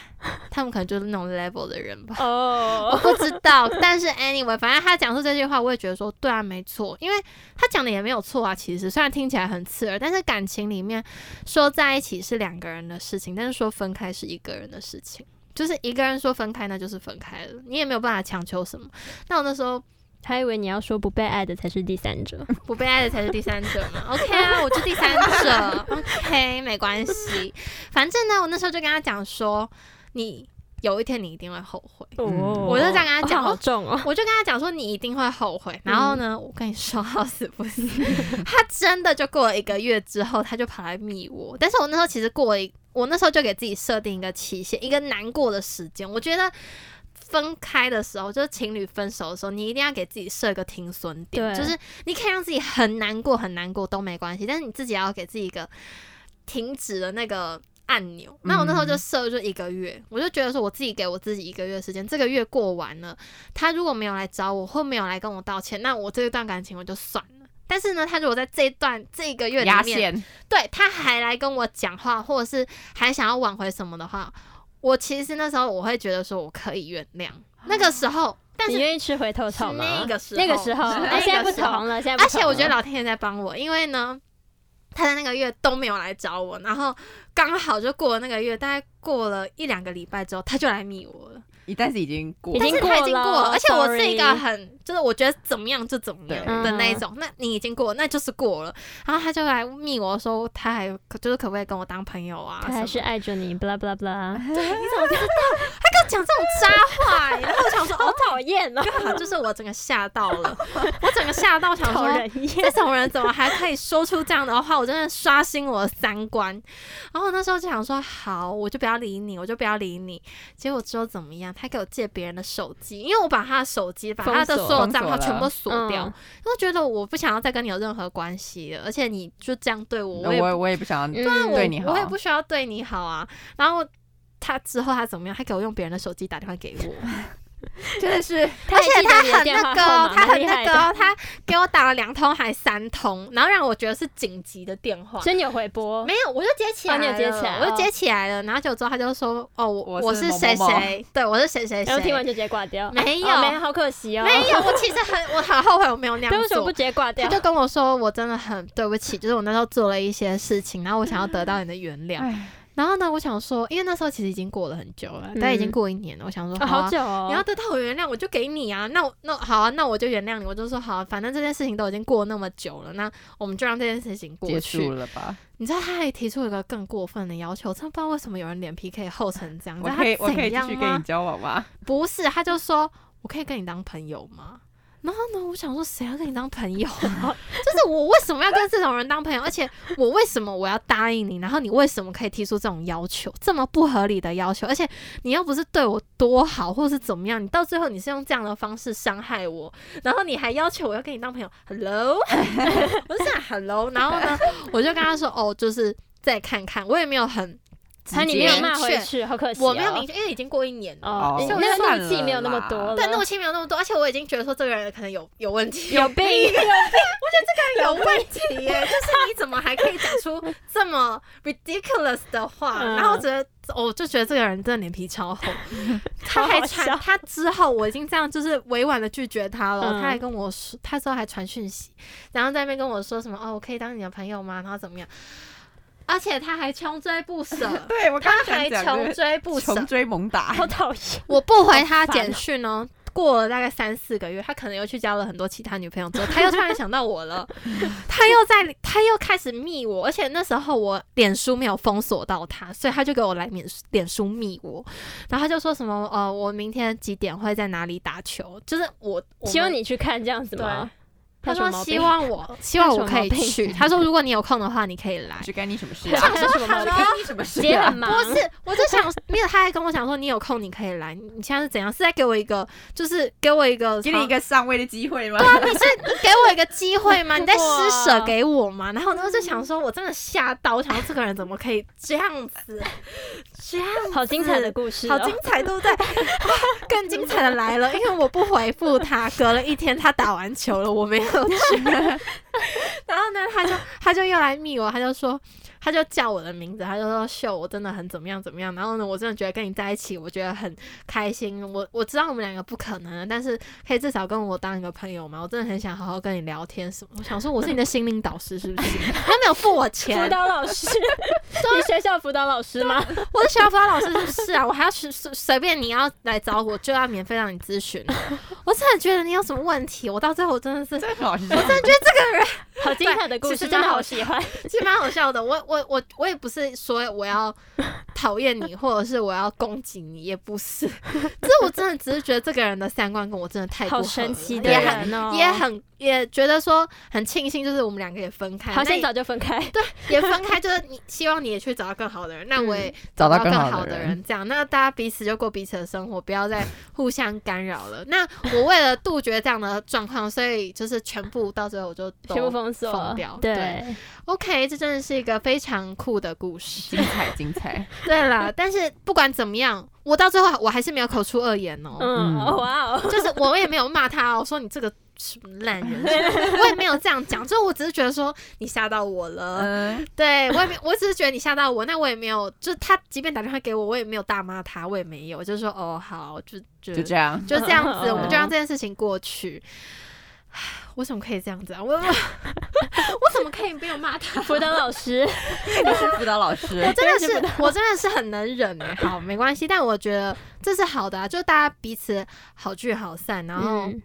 他们可能就是那种 level 的人吧。我哦，不知道，但是 anyway，反正他讲出这句话，我也觉得说，对啊，没错，因为他讲的也没有错啊。其实虽然听起来很刺耳，但是感情里面说在一起是两个人的事情，但是说分开是一个人的事情。就是一个人说分开，那就是分开了，你也没有办法强求什么。那我那时候还以为你要说不被爱的才是第三者，不被爱的才是第三者嘛？OK 啊，我就第三者，OK，没关系。反正呢，我那时候就跟他讲说，你有一天你一定会后悔。嗯 我就这样跟他讲好重哦，我就跟他讲说你一定会后悔。然后呢，我跟你说好死不死，他真的就过了一个月之后，他就跑来密我。但是我那时候其实过了一，我那时候就给自己设定一个期限，一个难过的时间。我觉得。分开的时候，就是情侣分手的时候，你一定要给自己设一个停损点，对就是你可以让自己很难过、很难过都没关系，但是你自己也要给自己一个停止的那个按钮。那我那时候就设就一个月，我就觉得说我自己给我自己一个月时间，这个月过完了，他如果没有来找我，或没有来跟我道歉，那我这段感情我就算了。但是呢，他如果在这一段这一个月里压面，线，对他还来跟我讲话，或者是还想要挽回什么的话，我其实那时候我会觉得说我可以原谅。那个时候，但你是愿意吃回头草吗？啊那个时候那个 时候，是啊现在那个不时候同了，现在不而同且我觉得了老天爷在帮我，因为呢，他在那个月都没有来找我，然后刚好就过了那个月，大概过了一两个礼拜之后，他就来密我了。一但是已经过已但经是他已经过过了了，而且我是一个 sorry 嗯很就是我觉得怎么样就怎么样对的那一种。那你已经过了，那就是过了。然后他就来密我说，他还就是可不可以跟我当朋友啊？他还是什么爱着你，blah blah blah，他讲这种渣话、欸，然后我想说，好哦，讨厌 哦，好就是我整个吓到了，我整个吓到想 讨说，人厌。这种人怎么还可以说出这样的话？我真的刷新我的三观。然后我那时候就想说，好，我就不要理你，我就不要理你。结果之后怎么样？他给我借别人的手机，因为我把他的手机，把他的所有账号全部锁封锁掉，了因为我觉得我不想要再跟你有任何关系了。而且你就这样对我，我我也也我也不想要嗯，对你好我也不需要对你好啊。然后他之后他怎么样？他给我用别人的手机打电话给 我。真的是而且他还记得你的很电那话个号哦，他码蛮很厉那害个的哦，他给我打了两通还三通，然后让我觉得是紧急的电话。真有回拨，没有，我就接起来哦了，你有接起来我就接起来了。然后就之后他就说：“哦，我我是是谁某某某 谁，对我是谁谁然后哎听完谁。就直接挂掉，没有哦没有，好可惜”哦，没有，我其实很我很后悔我没有那对，为样什么做不直。接挂他掉？就跟我说：“我真的很对不起，就是我那时候做了一些事情，然后我想要得到你的原嗯谅。哎”然后呢，我想说，因为那时候其实已经过了很久了，嗯但已经过一年了。我想说，哦好啊好久哦，你要得到我原谅，我就给你啊。那我那好啊，那我就原谅你。我就说好啊、反正这件事情都已经过那么久了，那我们就让这件事情过结去束。了吧？你知道他还提出一个更过分的要求，真的不知道为什么有人脸皮可以厚成这样。你我知道可以我他可以怎继样续跟你吗？交往吗？不是，他就说我可以跟你当朋友吗？然后呢，我想说谁要跟你当朋友啊？ 就是我为什么要跟这种人当朋友？而且我为什么我要答应你？然后你为什么可以提出这种要求，这么不合理的要求？而且你又不是对我多好，或是怎么样，你到最后你是用这样的方式伤害我，然后你还要求我要跟你当朋友？Hello，我就想 Hello，然后呢，我就跟他说哦，就是再看看，我也没有很直啊，你没接有明骂回确，去，好可惜哦，我没有明确，因为已经过一年了。哦哦，你所以那算个怒气了没有那么啦多了，对，啊怒气没有那么多，而且我已经觉得说这个人可能有有问题，有病， 有问题 耶！就是你怎么还可以讲出这么 ridiculous 的话？嗯然后我觉得，我就觉得这个人真的脸皮超 厚。他超还好笑传他之后，我已经这样就是委婉的拒绝他了。嗯他还跟我说，他之后还传讯息，然后在那边跟我说什么哦，我可以当你的朋友吗？然后怎么样？而且他还穷追不舍， 对，我刚他刚还想讲穷就是追不舍穷，追猛打，好讨厌，我不回他好烦哦简讯哦。过了大概三四个月，他可能又去交了很多其他女朋友之后，他又突然想到我 了，他又在，他又开始密我，而且那时候我脸书没有封锁到他，所以他就给我来脸脸书密我，然后他就说什么 呃，我明天几点会在哪里打球，就是我，我们希望你去看这样子吗？他有说什么毛病希望我希望我可以他有什么毛病去，他说如果你有空的话，你可以来。这该你什么事 他啊？说什么 毛病？你什么事姐啊 很？忙，不是，我就想， 没有，他还跟我讲说你有空你可以来，你现在是怎样？是在给我一个，就是给我一个，给你一个上位的机会吗？啊你是给我一个机会吗？你在施舍哇给我吗？然后我那时候就想说，我真的吓到，我想说这个人怎么可以这样子，这样好精彩的故事、哦，好精彩都在， 更精彩的来了，因为我不回复他，隔了一天他打完球了，我没有去。 然后呢，他就他就又来密我，他就说。他就叫我的名字，他就说秀，我真的很怎么样怎么样。然后呢，我真的觉得跟你在一起，我觉得很开心。我我知道我们两个不可能，但是可以至少跟我当一个朋友嘛。我真的很想好好跟你聊天什么。我想说我是你的心灵导师是 不是？他没有付我钱 辅，导老师， 你学校辅导老师吗？我是学校辅导老师，是不是啊？我还要去随随便你要来找我，就要免费让你咨 询。我真的觉得你有什么问题，我到最后真的是这个老师，我真好精彩的故其事，实真蛮的好好喜欢。其实蛮好笑的。我我我我也不是说我要讨厌你，或者是我要攻击你，也不 是。只是我真的只是觉得这个人的三观跟我真的太不合好了神奇的也很人哦，也很也觉得说很庆幸，就是我们两个也分开，好那像也早就分开，也分开，就是你希望你也去找到更好的人，那我也嗯找到更更好好的的人人，这样，那大家彼此就过彼此的生活，不要再 互相干扰了。那我为了杜绝这样的状况，所以就是全部到最后我就都全部封锁疯掉，对对， OK，这真的是一个非常酷的故事。 精彩精彩，对啦，但是不管怎么样，我到最后我还是没有口出恶言哦、嗯，嗯哇哦， 就是我也没有骂他、哦，我说你这个什么烂 人，我也没有这样讲，就是我只是觉得说你吓到我了， 嗯， 对我也没，我只是觉得你吓到我，那我也没有，就是他即便打电话给我，我也没有大骂他，我也没有，就是说哦好，就就就这样，就这样子，嗯我们就让这件事情过去。 唉为什么可以这样子啊？我我我怎么可以没有骂他？辅导老师，你 是辅导 老我师，真的是，我真的是很能忍哎、 好，没关系，但我觉得这是好的啊，就大家彼此好聚好散，然后嗯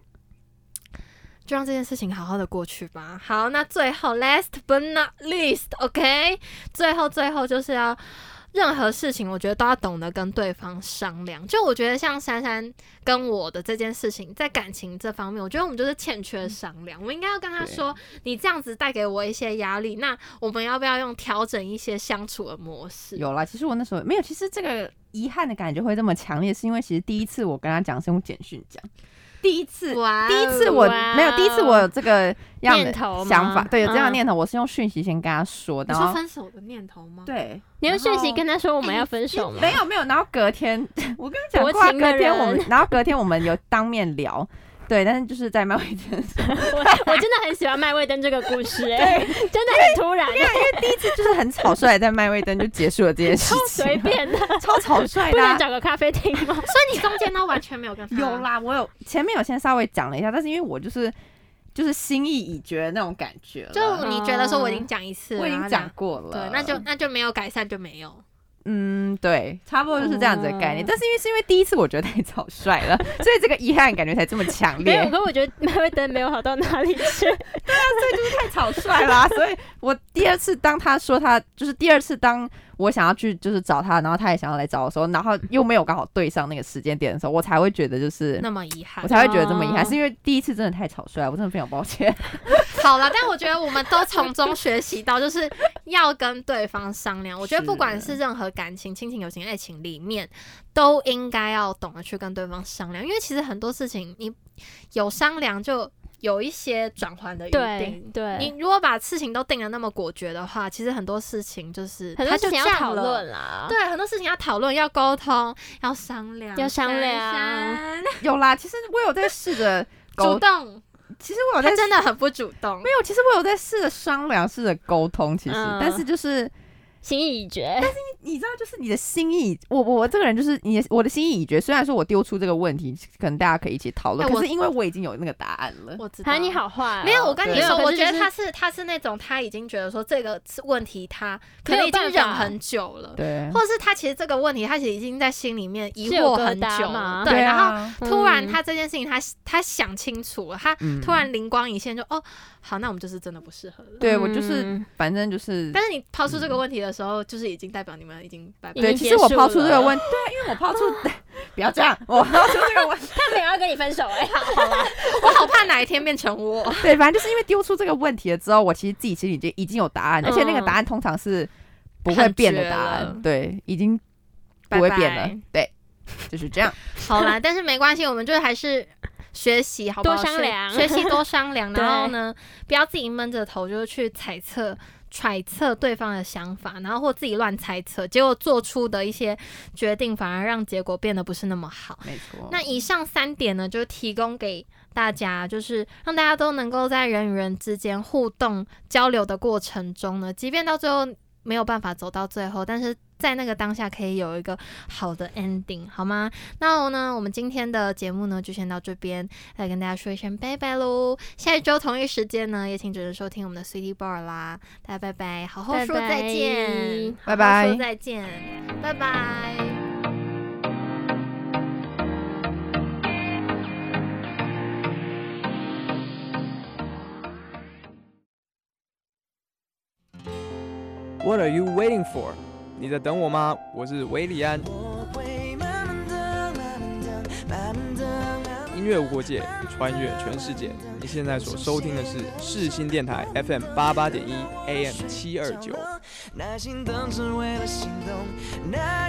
就让这件事情好好的过去吧。好，那最后 last but not least，OK，、最后最后就是要。任何事情，我觉得都要懂得跟对方商量。就我觉得像珊珊跟我的这件事情，在感情这方面，我觉得我们就是欠缺商量。我应该要跟他对说，你这样子带给我一些压力，那我们要不要用调整一些相处的模式？有啦。其实我那时候没有，其实这个遗憾的感觉会这么强烈，是因为其实第一次我跟他讲是用简讯讲，第一次。哇哦，第一次我哇哦没有，第一次我有这个样的念头吗想法，对，有这样的嗯念头，我是用讯息先跟他说，你然说后分手的念头吗？，对，你用然后讯息跟他说我们要分手吗？没有没有，然后隔天 我跟你讲过薄啊，情的隔天我们人，然后隔天我们有当面聊，对，但是就是在麦维间，我 我真的很喜欢麦味登这个故事，哎，真的很突 然，啊就是很草率，在麦味登就结束了这件事 超情，随，便的， 超草率不的能啊、找个咖啡厅所吗？以你中间都完全没有跟他有，啦，我有前面有先稍微讲了一下，但是因为我就是就是心意已决的那种感觉了，就你觉得说我已经讲一次了，嗯我已经那讲过了，对，那就那就没有改善就没有。嗯，对，差不多就是这样子的概念。哦但是因为是因为第一次我觉得太草率了，所以这个遗憾感觉才这么强没有，烈，可我觉得麦味登没有好到哪里 去，太草率啦。所以我第二次当他说他就是第二次当我想要去就是找他，然后他也想要来找我的时候，然后又没有刚好对上那个时间点的时候，我才会觉得就是。那么遗憾我，才会觉得这么遗憾，哦是因为第一次真的太草率了，我真的非常抱歉。好了，但我觉得我们都从中学习到，就是要跟对方商量。我觉得是不管是任何感情、亲情、友情、爱情里面，都应该要懂得去跟对方商量，因为其实很多事情你有商量，就有一些转换的余对地。你对，如果把事情都定的那么果决的话，其实很多事情就是很它多就事情要这样讨了论啦，对，很多事情要讨论、要沟通、要商量、要商珊量珊有啦，其实我有在试着主沟，动，其实我有在他真的很不主动没。有，其实我有在试着商量，试着沟通，其实，嗯但是就是心意已决，你知道，就是你的心意，我我我这个人就是你的我的心意已决。虽然说我丢出这个问题，可能大家可以一起讨论，哎我可是因为我已经有那个答案了，我知道啊，你。好坏哦，没有，我跟你对说，没有我可是觉得就是他是他是那种他已经觉得说这个问题他可没能有已经办忍法很久了，对或者是他其实这个问题他其实已经在心里面疑是有惑疙很瘩久了嘛，对，然后啊，突然嗯他这件事情他他想清楚了，他嗯突然灵光一现就哦，好，那我们就是真的不适合了。对我就是嗯反正就是但是你抛出这个问题的时候，就是已经代表你们已经拜拜。已对，经其实我结束抛出这个了问，对，因为我抛出， 不要这样，我抛出这个问，他没有要跟你分手哎、我好怕哪一天变成我。对，反正就是因为丢出这个问题了之后，我其实自己心里就已经有答案，而且那个答案通常是不会变的答很绝案了，对，已经不会变了拜拜，对，就是这样。 好啦，但是没关系，我们就还是学习，好不好？多商学量学习多商 量，对然后呢，不要自己闷着头就去猜测。揣测对方的想法，然后或自己乱猜测，结果做出的一些决定，反而让结果变得不是那么好。没错那以上三点呢，就是提供给大家，就是让大家都能够在人与人之间互动交流的过程中呢，即便到最后没有办法走到最后，但是在那个当下可以有一个好的 ending，好吗？那呢，我们今天的节目呢就先到这边，来跟大家说一声拜拜喽。下一周同一时间呢，也请准时收听我们的 City Bar 啦，大家拜拜，好好说拜拜再见，拜拜好好说再见，拜拜。 What are you waiting for？你在等我吗？我是维里安，我会慢慢等，慢慢等，慢慢等，慢慢音乐无国界，穿越全世界。你现在所收听的是世新电台 FM 八八点一 AM 七二九。耐心等，只为了心动。那